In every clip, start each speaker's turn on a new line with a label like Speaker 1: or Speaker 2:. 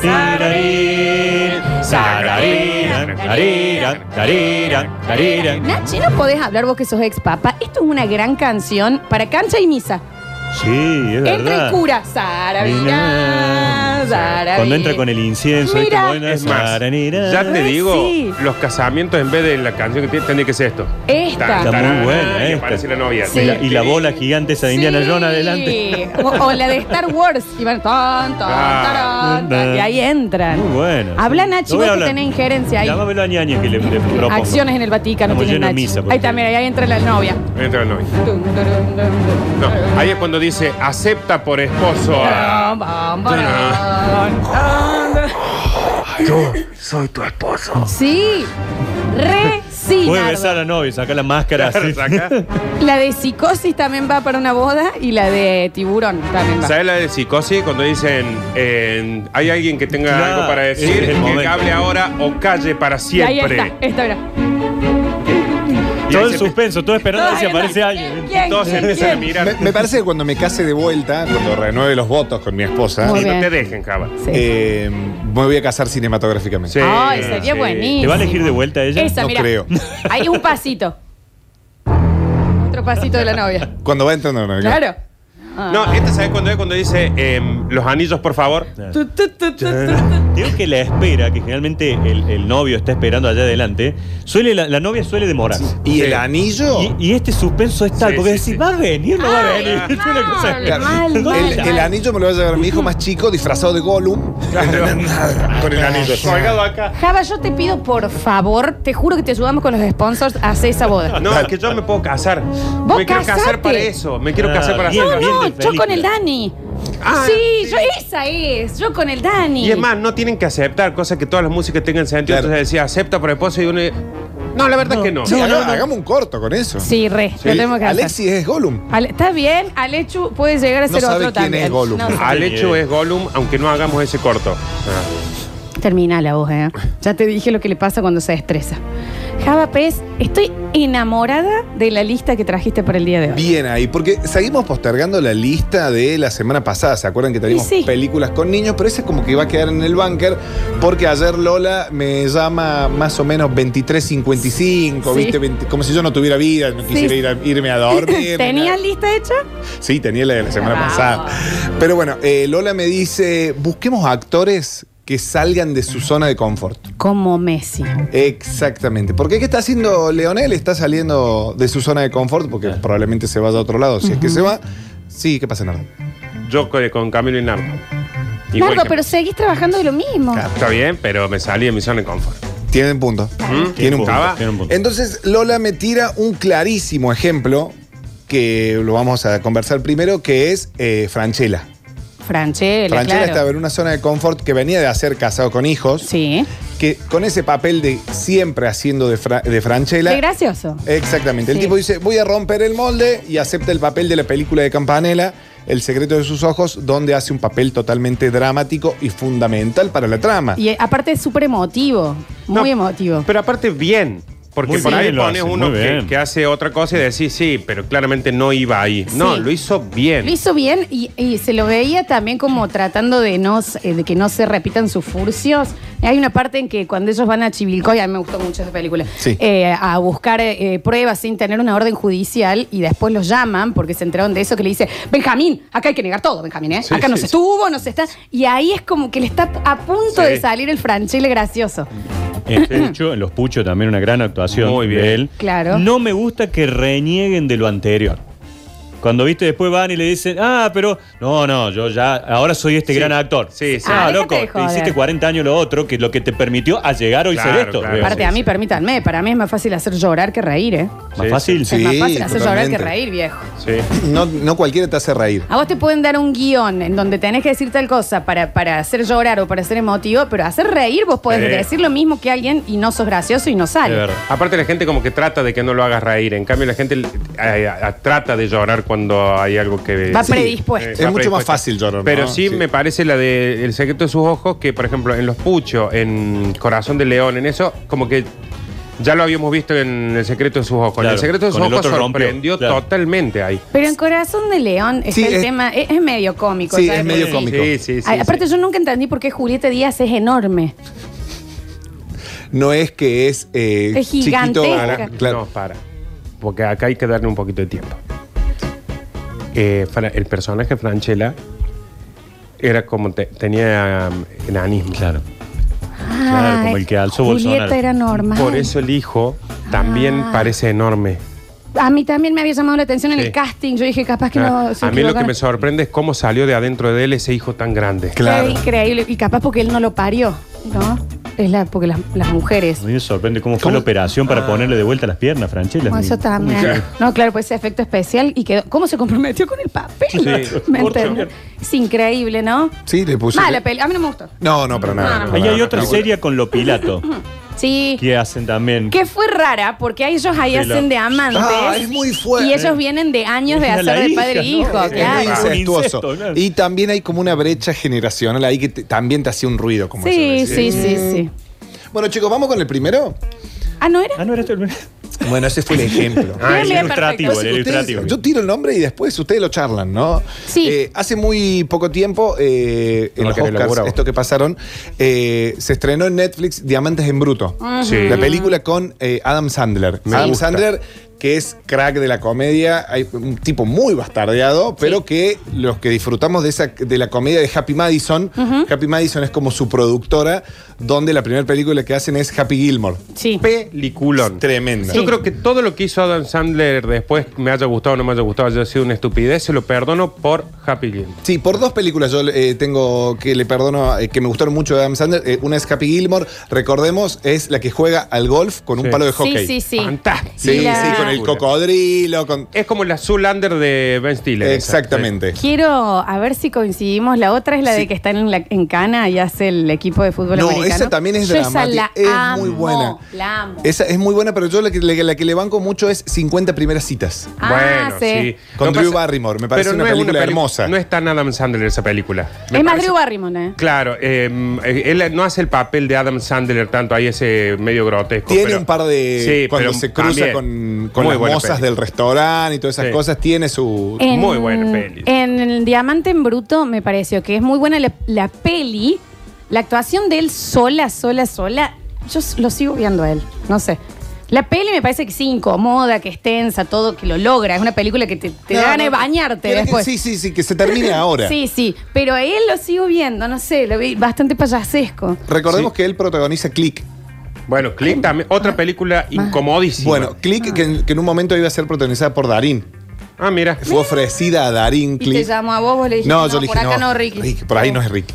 Speaker 1: sararir, sararirá, sararirá, sararirá, sararirá.
Speaker 2: Nachi, no podés hablar vos que sos ex papa. Esto es una gran canción para cancha y misa.
Speaker 1: Sí, es
Speaker 2: Entra
Speaker 1: verdad.
Speaker 2: el cura. Sarabirá, sarabirá.
Speaker 1: Cuando entra con el incienso, ¿viste?
Speaker 2: Mira.
Speaker 1: Bueno,
Speaker 3: Es más,
Speaker 1: sararirá.
Speaker 3: ya te
Speaker 2: Ay,
Speaker 3: digo,
Speaker 2: sí.
Speaker 3: los casamientos en vez de la canción que tiene, tendría que ser esto.
Speaker 2: Esta.
Speaker 1: Está muy buena
Speaker 3: buena,
Speaker 1: esta.
Speaker 3: aparece la novia.
Speaker 2: Sí.
Speaker 1: Y la- y la bola gigante esa de Indiana
Speaker 2: Sí.
Speaker 1: Jones adelante.
Speaker 2: O, o la de Star Wars. Y van ton, ton,
Speaker 3: Ah.
Speaker 2: tarón, tarón, y ahí entran.
Speaker 1: Muy bueno.
Speaker 2: Habla Nachi,
Speaker 1: Lo
Speaker 2: vos
Speaker 1: voy a
Speaker 2: que
Speaker 1: hablar.
Speaker 2: tenés injerencia ahí.
Speaker 1: Llámamelo a Ñañez que le, le propongo.
Speaker 2: Acciones en el Vaticano
Speaker 1: Estamos
Speaker 2: tiene
Speaker 1: llenos de
Speaker 2: Nachi.
Speaker 1: misa, por
Speaker 2: ahí
Speaker 1: ejemplo.
Speaker 2: también, ahí entra la novia.
Speaker 3: Entra la novia.
Speaker 2: Tum, tarum, tarum, tarum.
Speaker 3: No, ahí es cuando dice, acepta por esposo a...
Speaker 2: Tarum, bam, barón.
Speaker 4: Yo soy tu esposo.
Speaker 2: Sí. Re sí,
Speaker 1: Puede
Speaker 2: Nardo.
Speaker 1: besar a la novia, saca la máscara. así.
Speaker 3: Saca.
Speaker 2: La de psicosis también va para una boda y la de tiburón también va.
Speaker 3: ¿Sabes la de psicosis? Cuando dicen, eh, hay alguien que tenga
Speaker 1: Claro,
Speaker 3: algo para
Speaker 1: ese es
Speaker 3: decir,
Speaker 1: el
Speaker 3: que
Speaker 1: momento.
Speaker 3: hable ahora o calle para
Speaker 2: Y ahí
Speaker 3: siempre.
Speaker 2: está, esta mira.
Speaker 3: Y
Speaker 1: Todo
Speaker 3: ahí
Speaker 1: en
Speaker 3: se-
Speaker 1: suspenso, todo esperando a ver si
Speaker 2: Todas
Speaker 1: aparece
Speaker 2: están.
Speaker 1: alguien.
Speaker 2: ¿Quién?
Speaker 3: Todos
Speaker 2: ¿Quién?
Speaker 3: empiezan a
Speaker 2: ¿Quién?
Speaker 3: mirar.
Speaker 5: Me, me parece que cuando me case de vuelta, cuando renueve los votos con mi esposa,
Speaker 2: Muy
Speaker 3: Y no
Speaker 2: bien.
Speaker 3: te dejen, Java.
Speaker 2: Sí.
Speaker 5: eh, me voy a casar cinematográficamente.
Speaker 3: Sí,
Speaker 2: Ay, sería
Speaker 3: sí.
Speaker 2: buenísimo.
Speaker 1: ¿Te va a elegir de vuelta ella?
Speaker 2: Esa,
Speaker 5: No
Speaker 2: mira.
Speaker 5: creo.
Speaker 2: Ahí es un pasito. Otro pasito de la novia.
Speaker 5: Cuando va entrando, no,
Speaker 2: Claro. Ah.
Speaker 3: No, esta sabes cuando es cuando dice em, los anillos, por favor.
Speaker 1: eh.
Speaker 2: Tu, tu, tu, tu, tu, tu.
Speaker 1: Digo que la espera, que generalmente el, el novio está esperando allá adelante, suele la, la novia suele demorarse.
Speaker 5: ¿Y
Speaker 3: Sí.
Speaker 5: el anillo?
Speaker 1: Y, y este suspenso es tal,
Speaker 3: Sí,
Speaker 1: porque
Speaker 3: sí,
Speaker 1: decís,
Speaker 3: sí.
Speaker 1: ¿va a venir o no va a
Speaker 2: Ay,
Speaker 1: venir? Es una
Speaker 2: no,
Speaker 1: cosa-
Speaker 2: no, mal,
Speaker 5: El,
Speaker 2: mal,
Speaker 5: el
Speaker 2: mal.
Speaker 5: anillo me lo va a llevar mi hijo más chico, disfrazado de Gollum. con el anillo.
Speaker 3: Colgado acá.
Speaker 2: Java, yo te pido por favor, te juro que te ayudamos con los sponsors a hacer esa boda.
Speaker 3: No, es que yo me puedo casar.
Speaker 2: Vos
Speaker 3: Me quiero
Speaker 2: casate.
Speaker 3: casar para eso. Me quiero
Speaker 1: Ah,
Speaker 3: casar para
Speaker 1: bien,
Speaker 3: hacerlo.
Speaker 1: bien.
Speaker 2: No,
Speaker 1: de
Speaker 2: yo
Speaker 1: película.
Speaker 2: con el Dani.
Speaker 3: Ah,
Speaker 2: sí,
Speaker 3: sí.
Speaker 2: yo esa es, yo con el Dani.
Speaker 3: Y es más, no tienen que aceptar cosas que todas las músicas tengan sentido.
Speaker 5: Claro.
Speaker 3: Entonces decía, acepta por esposo y uno. No, la verdad es que no.
Speaker 5: Sí, haga- Hagamos un corto con eso.
Speaker 2: Sí, re, lo
Speaker 5: El-
Speaker 2: tenemos que hacer.
Speaker 5: Alexis es Gollum.
Speaker 2: Ale- Está bien, Alechu puede llegar a
Speaker 5: No
Speaker 2: ser
Speaker 5: sabe
Speaker 2: otro
Speaker 5: quién
Speaker 2: también.
Speaker 5: es Gollum.
Speaker 2: No,
Speaker 3: Al hecho
Speaker 1: Sí. Ah.
Speaker 3: es Gollum, aunque no hagamos ese corto.
Speaker 2: Termina la voz, ¿eh? Ya te dije lo que le pasa cuando se estresa. Java Pérez, estoy enamorada de la lista que trajiste para el día de hoy.
Speaker 5: Bien ahí, porque seguimos postergando la lista de la semana pasada. ¿Se acuerdan que teníamos
Speaker 2: sí.
Speaker 5: películas con niños? Pero esa como que iba a quedar en el búnker, porque ayer Lola me llama más o menos 23.55,
Speaker 2: Sí.
Speaker 5: ¿viste? 20 como si yo no tuviera vida, no quisiera ir a- irme a dormir.
Speaker 2: ¿Tenías
Speaker 5: Tenía
Speaker 2: lista hecha?
Speaker 5: Sí, tenía la de la semana
Speaker 2: Vamos.
Speaker 5: pasada. Pero bueno, eh, Lola me dice, busquemos actores que salgan de su zona de confort.
Speaker 2: Como Messi.
Speaker 5: Exactamente. Porque ¿qué está haciendo Leonel? Está saliendo de su zona de confort porque probablemente se vaya a otro lado. Si es que se va. Sí, ¿qué pasa, Nardo?
Speaker 3: Yo co- con Camilo y Nardo. Igual
Speaker 2: Nardo,
Speaker 3: que-
Speaker 2: pero seguís trabajando de lo mismo.
Speaker 3: Está bien, pero me salí de mi zona de confort.
Speaker 5: Tienen punto.
Speaker 3: ¿Mm?
Speaker 5: Tiene un
Speaker 1: punto,
Speaker 3: Java.
Speaker 1: tiene un punto.
Speaker 5: Entonces, Lola me tira un clarísimo ejemplo que lo vamos a conversar primero, que es eh, Franchella.
Speaker 2: Franchella,
Speaker 5: Franchella
Speaker 2: claro.
Speaker 5: estaba en una zona de confort que venía de hacer casado con hijos,
Speaker 2: Sí.
Speaker 5: que con ese papel de siempre haciendo de, Fra- de Franchella.
Speaker 2: Qué gracioso.
Speaker 5: Exactamente. El
Speaker 2: Sí.
Speaker 5: tipo dice, voy a romper el molde y acepta el papel de la película de Campanella, El secreto de sus ojos, donde hace un papel totalmente dramático y fundamental para la trama.
Speaker 2: Y eh, aparte es súper emotivo. Muy
Speaker 3: No,
Speaker 2: emotivo.
Speaker 3: Pero aparte, bien. Porque
Speaker 1: Muy
Speaker 3: por
Speaker 1: bien
Speaker 3: ahí
Speaker 1: lo
Speaker 3: pones
Speaker 1: hace,
Speaker 3: uno
Speaker 1: muy
Speaker 3: que,
Speaker 1: bien.
Speaker 3: que hace otra cosa y decís, sí, pero claramente no iba ahí. No,
Speaker 2: Sí.
Speaker 3: lo hizo bien.
Speaker 2: Lo hizo bien y, y se lo veía también como tratando de no s- eh, de que no se repitan sus furcios. Hay una parte en que cuando ellos van a Chivilcoy, a mí me gustó mucho esa película,
Speaker 5: Sí.
Speaker 2: eh, a buscar eh, pruebas sin tener una orden judicial y después los llaman porque se enteraron de eso que le dice, Benjamín, acá hay que negar todo, Benjamín, ¿eh? acá no se estuvo, no se está. Y ahí es como que le está a punto
Speaker 3: Sí.
Speaker 2: de salir el franchile gracioso.
Speaker 1: En Pucho, Eh, en los Pucho también una gran actuación
Speaker 3: Muy bien.
Speaker 1: de él.
Speaker 2: Claro.
Speaker 1: No me gusta que renieguen de lo anterior. Cuando viste, después van y le dicen, ah, pero. No, no, yo ya. Ahora soy este
Speaker 3: Sí.
Speaker 1: gran actor.
Speaker 3: Sí, sí.
Speaker 2: Ah,
Speaker 1: Ah,
Speaker 2: déjate
Speaker 1: loco,
Speaker 2: de
Speaker 1: te
Speaker 2: joder.
Speaker 1: hiciste 40 años lo otro, que es lo que te permitió a llegar hoy
Speaker 3: Claro,
Speaker 1: ser esto.
Speaker 3: claro.
Speaker 1: Veo.
Speaker 2: Aparte, a mí, permítanme, para mí es más fácil hacer llorar que reír, ¿eh?
Speaker 1: Más fácil.
Speaker 5: Sí,
Speaker 2: es más fácil hacer llorar
Speaker 5: totalmente.
Speaker 2: que reír, viejo.
Speaker 3: Sí.
Speaker 5: No, no cualquiera te hace reír.
Speaker 2: A vos te pueden dar un guión en donde tenés que decir tal cosa para, para hacer llorar o para hacer emotivo, pero hacer reír vos podés
Speaker 3: Sí.
Speaker 2: decir lo mismo que alguien y no sos gracioso y no
Speaker 1: De
Speaker 2: sale.
Speaker 1: verdad.
Speaker 3: Aparte la gente como que trata de que no lo hagas reír, en cambio la gente eh, a- a- trata de llorar cuando hay algo que...
Speaker 2: Va predispuesto.
Speaker 5: Es
Speaker 3: va
Speaker 5: mucho más
Speaker 3: predispuesto.
Speaker 5: fácil llorar. ¿no?
Speaker 3: Pero sí, me parece la de El secreto de sus ojos, que por ejemplo en Los Puchos, en Corazón de León, en eso, como que ya lo habíamos visto en El secreto de sus ojos. en
Speaker 1: Claro,
Speaker 3: El secreto de sus
Speaker 1: con el
Speaker 3: ojos
Speaker 1: otro rompió,
Speaker 3: sorprendió
Speaker 1: claro.
Speaker 3: totalmente ahí.
Speaker 2: Pero en Corazón de León está
Speaker 5: Sí,
Speaker 2: el
Speaker 5: es-
Speaker 2: tema, es, es medio cómico.
Speaker 5: Sí,
Speaker 2: ¿sabes?
Speaker 5: es medio
Speaker 2: Sí.
Speaker 5: cómico.
Speaker 3: Sí, sí, sí.
Speaker 2: Ay,
Speaker 3: sí.
Speaker 2: aparte, yo nunca entendí por qué Julieta Díaz es enorme.
Speaker 5: No es que es. eh,
Speaker 2: Es
Speaker 5: chiquito,
Speaker 2: gigantesca.
Speaker 5: ah, claro.
Speaker 3: No, para. Porque acá hay que darle un poquito de tiempo. Eh, Fra- el personaje Franchella era como te- tenía um, enanismo.
Speaker 1: Claro. Claro, como el que alzó
Speaker 2: Julieta
Speaker 1: Bolsonaro.
Speaker 2: era normal.
Speaker 3: Por eso el hijo también
Speaker 2: Ah.
Speaker 3: parece enorme.
Speaker 2: A mí también me había llamado la atención en
Speaker 3: Sí.
Speaker 2: el casting. Yo dije, capaz que
Speaker 3: Ah,
Speaker 2: no. se
Speaker 3: a mí lo que
Speaker 2: equivocaron.
Speaker 3: me sorprende es cómo salió de adentro de él ese hijo tan grande.
Speaker 5: Claro.
Speaker 2: Fue increíble. Y capaz porque él no lo parió, ¿no? Es la, porque las, las mujeres.
Speaker 1: A mí me sorprende cómo, fue la operación
Speaker 5: Ah.
Speaker 1: para ponerle de vuelta las piernas, Franchella.
Speaker 2: No, yo también. No, claro, pues ese efecto especial y quedó. ¿Cómo se comprometió con el papel?
Speaker 3: Sí.
Speaker 2: ¿Me
Speaker 1: Mucho.
Speaker 2: entiendes? Es increíble, ¿no?
Speaker 5: Sí, le puse.
Speaker 2: Mala Ah, peli. A mí no me gustó.
Speaker 5: No, no, para nada.
Speaker 2: No, no,
Speaker 5: para
Speaker 1: Ahí
Speaker 5: nada.
Speaker 1: hay otra serie con lo Pilato
Speaker 2: Sí.
Speaker 1: que hacen también.
Speaker 2: Que fue rara, porque a ellos ahí
Speaker 1: Sí, la-
Speaker 2: hacen de amantes.
Speaker 5: Ah, es muy fuerte.
Speaker 2: Y ellos vienen de años de
Speaker 1: Era la
Speaker 2: hacer de
Speaker 1: hija,
Speaker 2: padre e
Speaker 1: ¿no?
Speaker 2: hijo,
Speaker 1: Era
Speaker 5: Es muy
Speaker 2: claro.
Speaker 1: hija.
Speaker 5: incestuoso.
Speaker 1: Incesto, claro.
Speaker 5: Y también hay como una brecha generacional ahí que te- también te hacía un ruido. Como
Speaker 2: Sí,
Speaker 5: eso de
Speaker 2: sí,
Speaker 5: decir.
Speaker 2: sí, sí.
Speaker 5: Bueno, chicos, ¿vamos con el primero?
Speaker 2: Ah, ¿no era?
Speaker 1: Ah, no era esto el
Speaker 5: Bueno, ese fue el ejemplo.
Speaker 1: Ah, el
Speaker 2: mira,
Speaker 1: ilustrativo,
Speaker 2: perfecto.
Speaker 1: el ilustrativo.
Speaker 5: Ustedes- yo tiro el nombre y después ustedes lo charlan, ¿no?
Speaker 2: Sí.
Speaker 5: Eh, hace muy poco tiempo, eh, en
Speaker 3: No lo querés
Speaker 5: los Oscars,
Speaker 3: elaborar vos.
Speaker 5: esto que pasaron, eh, se estrenó en Netflix Diamantes en Bruto.
Speaker 3: Sí.
Speaker 5: La película con eh, Adam Sandler.
Speaker 3: Me
Speaker 5: Adam
Speaker 3: gusta.
Speaker 5: Sandler, que es crack de la comedia, hay un tipo muy bastardeado, pero que los que disfrutamos de, esa, de la comedia de Happy Madison, Happy Madison es como su productora, donde la primera película que hacen es Happy Gilmore.
Speaker 2: Sí.
Speaker 3: Peliculón.
Speaker 5: Tremenda.
Speaker 3: Yo
Speaker 2: Sí.
Speaker 3: creo que todo lo que hizo Adam Sandler después, me haya gustado o no me haya gustado, haya sido una estupidez, se lo perdono por Happy Gilmore.
Speaker 5: Sí, por dos películas yo eh, tengo que le perdono, eh, que me gustaron mucho de Adam Sandler. Eh, una es Happy Gilmore, recordemos, es la que juega al golf con un
Speaker 3: Sí.
Speaker 5: palo de
Speaker 2: Sí,
Speaker 5: hockey.
Speaker 2: sí, sí.
Speaker 3: Fantástico.
Speaker 5: Sí,
Speaker 2: Y la-
Speaker 5: sí, con el cocodrilo, con...
Speaker 3: Es como la Zoolander de Ben Stiller. esa.
Speaker 5: Exactamente.
Speaker 2: Quiero a ver si coincidimos. La otra es la
Speaker 5: Sí.
Speaker 2: de que están en, la- en Cana y hace el equipo de fútbol
Speaker 5: No,
Speaker 2: americano.
Speaker 5: esa también es
Speaker 2: Yo esa
Speaker 5: dramática.
Speaker 2: la
Speaker 5: Es
Speaker 2: amo,
Speaker 5: muy buena.
Speaker 2: La amo.
Speaker 5: Esa es muy buena, pero yo la que, la que- la que le banco mucho es 50 primeras citas.
Speaker 3: Oh,
Speaker 2: Ah,
Speaker 3: bueno,
Speaker 2: sí.
Speaker 3: sí.
Speaker 5: Con
Speaker 3: No
Speaker 5: Drew
Speaker 3: pasa-
Speaker 5: Barrymore, me parece
Speaker 3: Pero
Speaker 5: una
Speaker 3: no es
Speaker 5: película
Speaker 3: peli-
Speaker 5: hermosa.
Speaker 3: No es tan Adam Sandler esa película. Me
Speaker 2: Es más
Speaker 3: parece-
Speaker 2: Drew Barrymore, ¿eh?
Speaker 3: Claro, eh, él no hace el papel de Adam Sandler tanto, ahí ese medio grotesco.
Speaker 5: Tiene
Speaker 3: pero-
Speaker 5: un par de...
Speaker 3: Sí,
Speaker 5: cuando
Speaker 3: pero
Speaker 5: se cruza
Speaker 3: también.
Speaker 5: con, con
Speaker 3: Muy
Speaker 5: las
Speaker 3: buena
Speaker 5: mozas
Speaker 3: peli.
Speaker 5: del restaurante y todas esas
Speaker 3: Sí.
Speaker 5: cosas, tiene su...
Speaker 3: Eh, Muy buena peli.
Speaker 2: En el Diamante en Bruto me pareció que es muy buena la, la peli. La actuación de él sola, sola, sola. Yo s- lo sigo viendo a él. No sé. La peli me parece que sí, incomoda, que es tensa, todo, que lo logra. Es una película que te, te
Speaker 5: No,
Speaker 2: da ganas de
Speaker 5: no,
Speaker 2: bañarte
Speaker 5: tiene que-
Speaker 2: después.
Speaker 5: sí, sí, sí, que se termine ahora.
Speaker 2: Sí, sí, pero a él lo sigo viendo, no sé, lo vi bastante payasesco.
Speaker 5: Recordemos que él protagoniza Click.
Speaker 3: Bueno, Click también. Otra
Speaker 2: Ah.
Speaker 3: película incomodísima.
Speaker 1: Ah.
Speaker 5: Bueno, Click, que, en- que en un momento iba a ser protagonizada por Darín.
Speaker 3: Ah, mira.
Speaker 5: Fue ofrecida a Darín
Speaker 2: Y te
Speaker 5: Click.
Speaker 2: llamo a vos, vos le dijiste,
Speaker 5: No, yo le dije,
Speaker 2: por acá no, Ricky.
Speaker 5: Ricky, por ahí no es Ricky.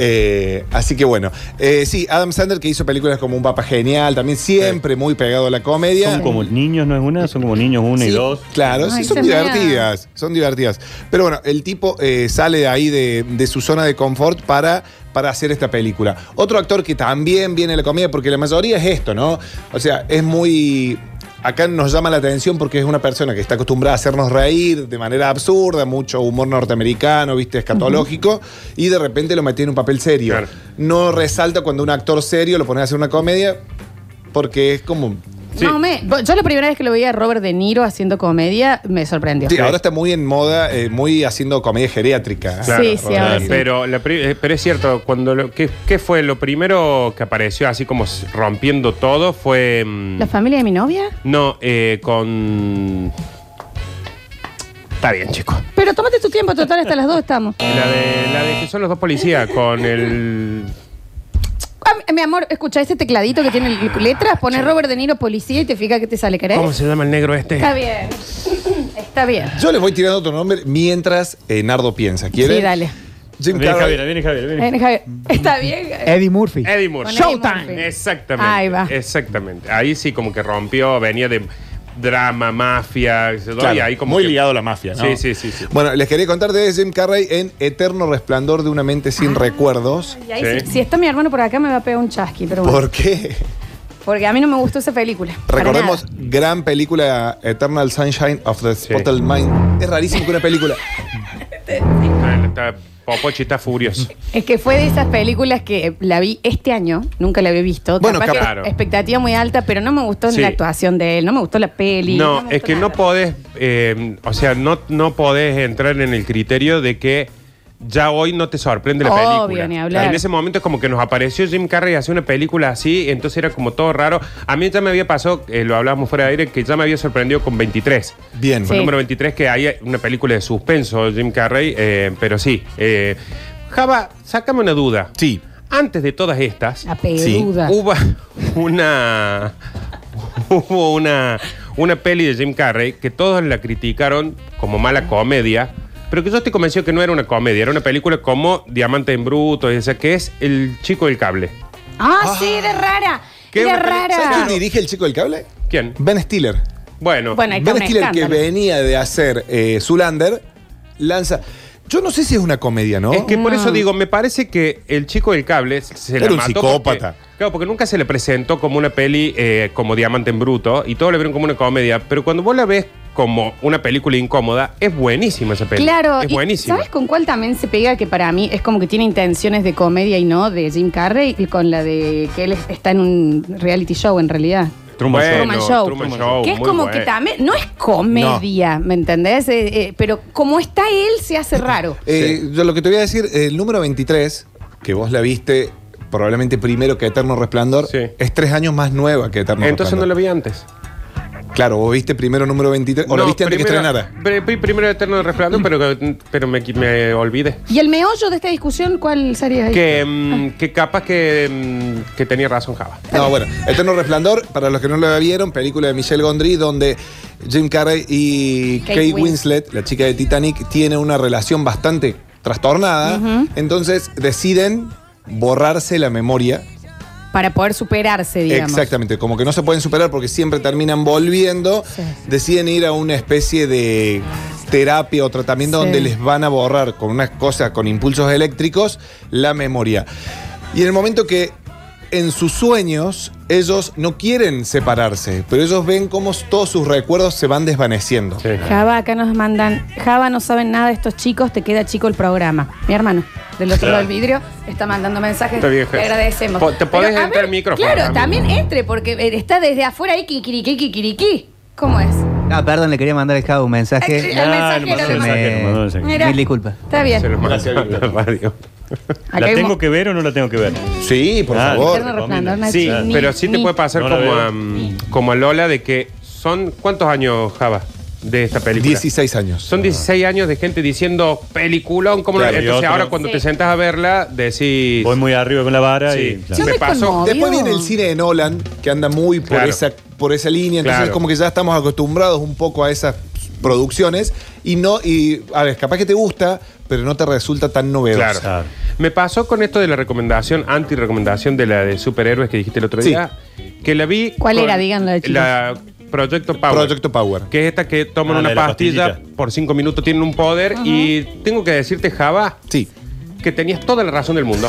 Speaker 5: Eh, así que bueno, Eh, sí, Adam Sandler que hizo películas como Un Papa Genial, también siempre muy pegado a la comedia.
Speaker 1: Son como niños, no es una, son como niños uno y
Speaker 5: Sí,
Speaker 1: dos.
Speaker 5: Claro,
Speaker 2: Ay,
Speaker 5: sí, son
Speaker 2: se me da.
Speaker 5: divertidas, son divertidas. Pero bueno, el tipo eh, sale de ahí de, de su zona de confort para, para hacer esta película. Otro actor que también viene a la comedia, porque la mayoría es esto, ¿no? O sea, es muy... Acá nos llama la atención porque es una persona que está acostumbrada a hacernos reír de manera absurda, mucho humor norteamericano, viste, escatológico, y de repente lo metí en un papel serio.
Speaker 3: Claro.
Speaker 5: No resalta cuando un actor serio lo pones a hacer una comedia porque es como...
Speaker 3: Sí.
Speaker 2: No, me, yo la primera vez que lo veía a Robert De Niro haciendo comedia me sorprendió.
Speaker 5: Sí, ahora está muy en moda, eh, muy haciendo comedia geriátrica.
Speaker 2: Claro, Sí, sí,
Speaker 5: Rodríguez.
Speaker 2: ahora sí.
Speaker 3: Pero, la pri- eh, pero es cierto, cuando lo- ¿qué, qué fue lo primero que apareció así como s- rompiendo todo? Fue. mm,
Speaker 2: ¿La familia de mi novia?
Speaker 3: No, eh, con. Está bien, chicos.
Speaker 2: Pero tómate tu tiempo, total, hasta las dos estamos.
Speaker 3: La de, la de que son los dos policías, con el.
Speaker 2: Ah, mi amor, escucha este tecladito que tiene l- ¿Eh? letras, pones Robert De Niro policía y te fijas que te sale, ¿querés?
Speaker 3: ¿Cómo se llama el negro este?
Speaker 2: Está bien. Está bien.
Speaker 5: Yo les voy tirando otro nombre mientras eh, Nardo piensa. ¿Quieren?
Speaker 2: Sí, dale.
Speaker 5: Jim
Speaker 1: Viene Javier,
Speaker 5: Carrey.
Speaker 1: viene Javier, viene.
Speaker 2: Ven, Javier. Está bien.
Speaker 5: Eh,
Speaker 6: Eddie Murphy.
Speaker 3: Eddie Murphy.
Speaker 2: Con Eddie Murphy.
Speaker 3: Showtime. Exactamente.
Speaker 2: Ahí va.
Speaker 3: Exactamente. Ahí sí como que rompió, venía de drama, mafia, y se-
Speaker 5: Claro,
Speaker 3: y ahí como
Speaker 7: Muy
Speaker 3: que-
Speaker 7: ligado a la mafia, ¿no?
Speaker 3: Sí, sí, sí, sí.
Speaker 5: Bueno, les quería contar de Jim Carrey en Eterno Resplandor de una mente sin
Speaker 2: Ah.
Speaker 5: recuerdos.
Speaker 2: Y ahí, si-
Speaker 3: Sí.
Speaker 2: si, está mi hermano por acá, me va a pegar un chasqui. Pero bueno.
Speaker 5: ¿Por qué?
Speaker 2: porque a mí no me gustó esa película. Para
Speaker 5: Recordemos,
Speaker 2: nada.
Speaker 5: gran película Eternal Sunshine of the Spotless Mind. Es rarísimo que una película.
Speaker 3: Ah, Está, Popochi está furioso.
Speaker 2: Es que fue de esas películas que la vi este año, nunca la había visto.
Speaker 5: Bueno,
Speaker 2: Capaz que
Speaker 3: claro.
Speaker 2: expectativa muy alta, pero no me gustó
Speaker 3: Sí.
Speaker 2: la actuación de él, no me gustó la peli.
Speaker 3: No,
Speaker 2: me
Speaker 3: es
Speaker 2: gustó
Speaker 3: que no
Speaker 2: nada.
Speaker 3: podés, eh, o sea, no, no podés entrar en el criterio de que ya hoy no te sorprende la
Speaker 2: Obvio,
Speaker 3: película.
Speaker 2: ni hablar.
Speaker 3: En ese momento es como que nos apareció Jim Carrey hace una película así, entonces era como todo raro. A mí ya me había pasado, eh, lo hablábamos fuera de aire, que ya me había sorprendido con 23.
Speaker 5: Bien.
Speaker 3: Fue
Speaker 2: Sí.
Speaker 3: número 23 que hay una película de suspenso, Jim Carrey, eh, pero sí. eh, Java, sácame una duda.
Speaker 5: Sí.
Speaker 3: Antes de todas estas,
Speaker 2: La peluda.
Speaker 3: Hubo una. Hubo una. Una peli de Jim Carrey que todos la criticaron como mala comedia, pero que yo estoy convencido que no era una comedia, era una película como Diamante en Bruto, o sea, que es El Chico del Cable.
Speaker 2: Ah, sí, era rara.
Speaker 3: Qué
Speaker 2: era
Speaker 3: una peli-
Speaker 5: ¿Sabes
Speaker 2: rara.
Speaker 5: quién dirige el chico del cable?
Speaker 3: ¿Quién?
Speaker 5: Ben Stiller.
Speaker 3: Bueno,
Speaker 2: Bueno, ahí está
Speaker 5: Ben
Speaker 2: un
Speaker 5: Stiller, que
Speaker 2: escándalo.
Speaker 5: venía de hacer eh, Zulander, lanza. Yo no sé si es una comedia, ¿no?
Speaker 3: es que por
Speaker 2: No.
Speaker 3: eso digo, me parece que El Chico del Cable se la
Speaker 5: Era un
Speaker 3: mató
Speaker 5: psicópata.
Speaker 3: porque- claro, porque nunca se le presentó como una peli eh, como Diamante en Bruto y todos la vieron como una comedia, pero cuando vos la ves como una película incómoda, es buenísima esa peli.
Speaker 2: Claro,
Speaker 3: Es
Speaker 2: y
Speaker 3: buenísima.
Speaker 2: ¿sabes con cuál también se pega que para mí es como que tiene intenciones de comedia y no de Jim Carrey? Y con la de que él está en un reality show en realidad.
Speaker 1: Truman Show.
Speaker 2: Truman Show.
Speaker 3: Truman Show,
Speaker 2: que es
Speaker 3: muy
Speaker 2: como
Speaker 3: bueno.
Speaker 2: que también, no es comedia, ¿me entendés? Eh, eh, pero como está él, se hace raro.
Speaker 5: Eh, Yo lo que te voy a decir, el número 23, que vos la viste probablemente primero que Eterno Resplandor,
Speaker 3: Sí.
Speaker 5: es tres años más nueva que Eterno
Speaker 3: Entonces no la
Speaker 5: Resplandor.
Speaker 3: vi antes.
Speaker 5: Claro, vos viste primero número 23, o la
Speaker 3: No,
Speaker 5: viste antes
Speaker 3: primero-
Speaker 5: que estrenara.
Speaker 3: pre- pre- Primero Eterno Resplandor, pero, pero me, me olvidé.
Speaker 2: ¿Y el meollo de esta discusión cuál sería? ahí?
Speaker 3: Que, mm, que capaz que, mm, que tenía razón Java.
Speaker 5: No, bueno, Eterno Resplandor, para los que no la vieron, película de Michelle Gondry, donde Jim Carrey y
Speaker 2: Kate
Speaker 5: Kate,
Speaker 2: Wins-
Speaker 5: Winslet, la chica de Titanic, tienen una relación bastante trastornada. Entonces deciden borrarse la memoria.
Speaker 2: Para poder superarse, digamos.
Speaker 5: Exactamente, como que no se pueden superar porque siempre terminan volviendo,
Speaker 2: Sí.
Speaker 5: deciden ir a una especie de terapia o tratamiento
Speaker 2: Sí.
Speaker 5: donde les van a borrar con unas cosas, con impulsos eléctricos, la memoria. Y en el momento que en sus sueños ellos no quieren separarse, pero ellos ven cómo todos sus recuerdos se van desvaneciendo.
Speaker 2: Java, acá nos mandan, Java, no saben nada de estos chicos, te queda chico el programa. Mi hermano, del otro lado del vidrio, está mandando mensajes.
Speaker 3: Está bien,
Speaker 2: Te agradecemos.
Speaker 3: Po- te
Speaker 2: Pero,
Speaker 3: podés
Speaker 2: a
Speaker 3: entrar al micrófono,
Speaker 2: Claro,
Speaker 3: amigo.
Speaker 2: también entre, porque eh, está desde afuera ahí, kikiriki, kikiriki. ¿Cómo es?
Speaker 6: Ah, perdón, le quería mandar al Java un mensaje.
Speaker 2: El
Speaker 1: Ah,
Speaker 2: mensajero,
Speaker 1: no mandó
Speaker 2: el
Speaker 1: un
Speaker 6: mensajero,
Speaker 1: mensaje, no mandó un mensaje.
Speaker 2: Mira.
Speaker 6: Mil disculpas.
Speaker 2: Está bien.
Speaker 3: Se lo mando a la radio.
Speaker 2: Acá
Speaker 1: ¿La
Speaker 2: hay un mo-
Speaker 1: tengo que ver o no la tengo que ver?
Speaker 5: Sí, por
Speaker 1: Ah,
Speaker 5: favor.
Speaker 2: Eterno resplandor, no
Speaker 3: Sí,
Speaker 2: es ni-
Speaker 3: pero sí te
Speaker 2: ni-
Speaker 3: puede pasar
Speaker 1: No la
Speaker 3: como,
Speaker 1: veo.
Speaker 3: a, mm, como a Lola de que son... ¿Cuántos años, Java, de esta película?
Speaker 5: 16 años.
Speaker 3: Son 16 años de gente diciendo peliculón, como
Speaker 1: Claro, y
Speaker 3: Entonces
Speaker 1: otro.
Speaker 3: ahora cuando
Speaker 2: Sí.
Speaker 3: te sentas a verla decís...
Speaker 1: Voy muy arriba con la vara
Speaker 3: Sí.
Speaker 1: y. claro.
Speaker 2: Yo
Speaker 3: me
Speaker 2: me
Speaker 3: pasó.
Speaker 2: conmovió.
Speaker 5: Después viene el cine de Nolan, que anda muy por,
Speaker 3: Claro.
Speaker 5: esa, por esa línea, entonces
Speaker 3: Claro.
Speaker 5: como que ya estamos acostumbrados un poco a esas producciones y no, y a ver, capaz que te gusta, pero no te resulta tan novedoso.
Speaker 3: Claro. Me pasó con esto de la recomendación, anti-recomendación de la de superhéroes que dijiste el otro
Speaker 5: Sí.
Speaker 3: día, que la vi.
Speaker 2: ¿Cuál
Speaker 3: con
Speaker 2: era? Díganlo, chicos.
Speaker 3: La Proyecto Power.
Speaker 5: Proyecto Power.
Speaker 3: Que es esta que toman
Speaker 1: Ah,
Speaker 3: una
Speaker 1: de la
Speaker 3: pastilla
Speaker 1: pastillita.
Speaker 3: por cinco minutos, tienen un poder y tengo que decirte, Java.
Speaker 5: Sí.
Speaker 3: Que tenías toda la razón del mundo.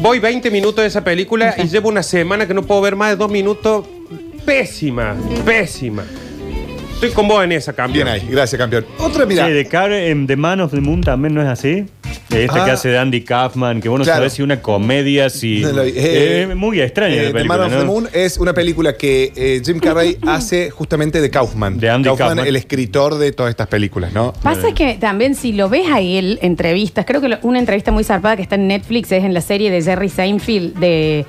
Speaker 3: Voy 20 minutos de esa película y llevo una semana que no puedo ver más de dos minutos. Pésima, pésima. Estoy con vos en esa, cambio.
Speaker 5: Bien ahí, gracias campeón. Otra mira.
Speaker 1: Che, de Care en The Man of the Moon también no es así. Esta
Speaker 5: Ah.
Speaker 1: que hace de Andy Kaufman, que vos no
Speaker 5: Claro.
Speaker 1: sabés si una comedia, si.
Speaker 5: No lo vi. Eh,
Speaker 1: Eh, muy extraña
Speaker 5: eh,
Speaker 1: la
Speaker 5: The
Speaker 1: película.
Speaker 5: Man of
Speaker 1: ¿no?
Speaker 5: the Moon es una película que eh, Jim Carrey hace justamente de Kaufman.
Speaker 1: De Andy Kaufman.
Speaker 5: el escritor de todas estas películas, ¿no?
Speaker 2: Pasa que también si lo ves a él, entrevistas, creo que lo- una entrevista muy zarpada que está en Netflix es en la serie de Jerry Seinfeld de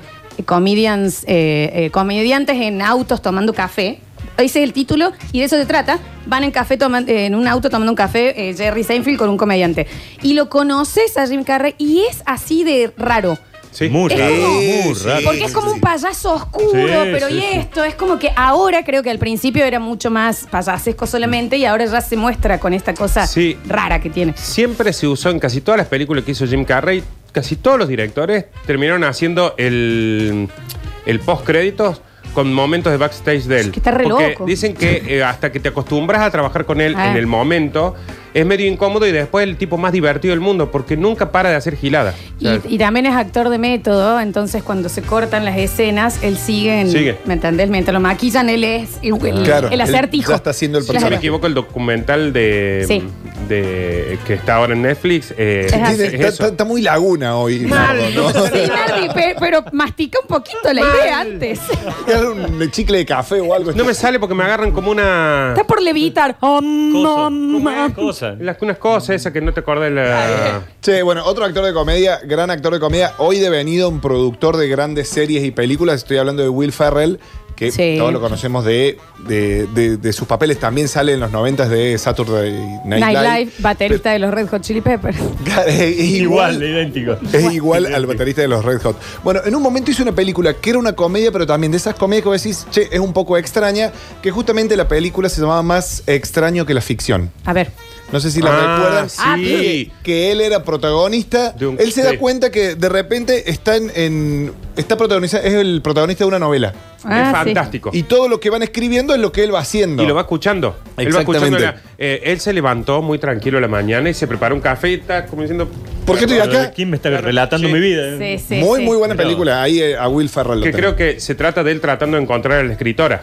Speaker 2: comedians, eh, eh, comediantes en autos tomando café. Ese es el título y de eso se trata. Van en café toman- eh, en un auto tomando un café eh, Jerry Seinfeld con un comediante. Y lo conoces a Jim Carrey y es así de raro.
Speaker 3: Sí.
Speaker 1: Muy
Speaker 2: Es
Speaker 1: raro,
Speaker 2: como-
Speaker 1: muy
Speaker 5: Sí,
Speaker 1: raro.
Speaker 2: Porque es como un payaso oscuro,
Speaker 1: Sí,
Speaker 2: pero
Speaker 1: sí,
Speaker 2: y
Speaker 1: sí.
Speaker 2: esto, es como que ahora creo que al principio era mucho más payasesco solamente y ahora ya se muestra con esta cosa
Speaker 3: Sí.
Speaker 2: rara que tiene.
Speaker 3: Siempre se usó en casi todas las películas que hizo Jim Carrey, casi todos los directores terminaron haciendo el, el post créditos con momentos de backstage de él.
Speaker 2: Es que está re
Speaker 3: Porque
Speaker 2: loco.
Speaker 3: dicen que eh, hasta que te acostumbras a trabajar con él
Speaker 2: Ah.
Speaker 3: en el momento, es medio incómodo y después el tipo más divertido del mundo, porque nunca para de hacer giladas.
Speaker 2: Y, y también es actor de método, entonces cuando se cortan las escenas, él sigue en.
Speaker 1: Sigue. Ah.
Speaker 2: ¿Me entendés? Mientras lo maquillan, él es el, el-
Speaker 5: Claro,
Speaker 2: el acertijo.
Speaker 5: él ya está haciendo el
Speaker 2: Sí,
Speaker 3: si no me
Speaker 2: claro.
Speaker 5: personaje.
Speaker 3: equivoco, el documental de,
Speaker 2: Sí.
Speaker 3: de- que está ahora en Netflix eh,
Speaker 2: Es así.
Speaker 3: es
Speaker 5: Tiene- está,
Speaker 3: eso.
Speaker 5: está- está muy laguna hoy.
Speaker 3: Mal,
Speaker 5: Nardo, ¿no?
Speaker 2: Sí, Nardi, pe- pero mastica un poquito la idea antes.
Speaker 5: Era un chicle de café o algo.
Speaker 3: No me sale porque me agarran como una...
Speaker 2: Está por levitar. Oh, mamá.
Speaker 1: Cosa, cosa.
Speaker 3: Las, unas cosas esas que no te acordé la...
Speaker 5: Che, bueno, otro actor de comedia, gran actor de comedia, hoy devenido un productor de grandes series y películas. Estoy hablando de Will Ferrell, que
Speaker 2: Sí.
Speaker 5: todos lo conocemos de, de, de- de sus papeles. También sale en los 90 de Saturday Night,
Speaker 2: Nightlife,
Speaker 5: Live.
Speaker 2: baterista de los Red Hot Chili Peppers.
Speaker 5: Claro, es- es
Speaker 1: Igual,
Speaker 3: eh.
Speaker 5: igual.
Speaker 1: idéntico.
Speaker 5: Es igual al baterista de los Red Hot. Bueno, en un momento hizo una película que era una comedia, pero también de esas comedias que vos decís, che, es un poco extraña, que justamente la película se llamaba Más extraño que la ficción.
Speaker 2: A ver.
Speaker 5: No sé si la
Speaker 3: Ah,
Speaker 5: recuerdan.
Speaker 3: Ah, sí.
Speaker 5: Que él era protagonista.
Speaker 3: De un-
Speaker 5: él se da
Speaker 3: sí.
Speaker 5: cuenta que de repente está en. en- está protagonista, es el protagonista de una novela.
Speaker 3: es
Speaker 2: Ah, sí.
Speaker 3: fantástico.
Speaker 5: Y todo lo que van escribiendo es lo que él va haciendo.
Speaker 3: Y lo va escuchando. Él va
Speaker 5: Exactamente.
Speaker 3: escuchando. la- eh, él se levantó muy tranquilo a la mañana y se preparó un café y está como diciendo.
Speaker 5: ¿Por qué estoy acá?
Speaker 1: ¿Quién me está
Speaker 3: Claro,
Speaker 1: relatando
Speaker 3: sí.
Speaker 1: mi vida?
Speaker 2: Sí, sí,
Speaker 5: muy,
Speaker 2: sí.
Speaker 5: muy buena
Speaker 1: Pero-
Speaker 5: película. Ahí eh, a Will Ferrell lo
Speaker 3: Que creo
Speaker 5: tenemos.
Speaker 3: que se trata de él tratando de encontrar a la escritora.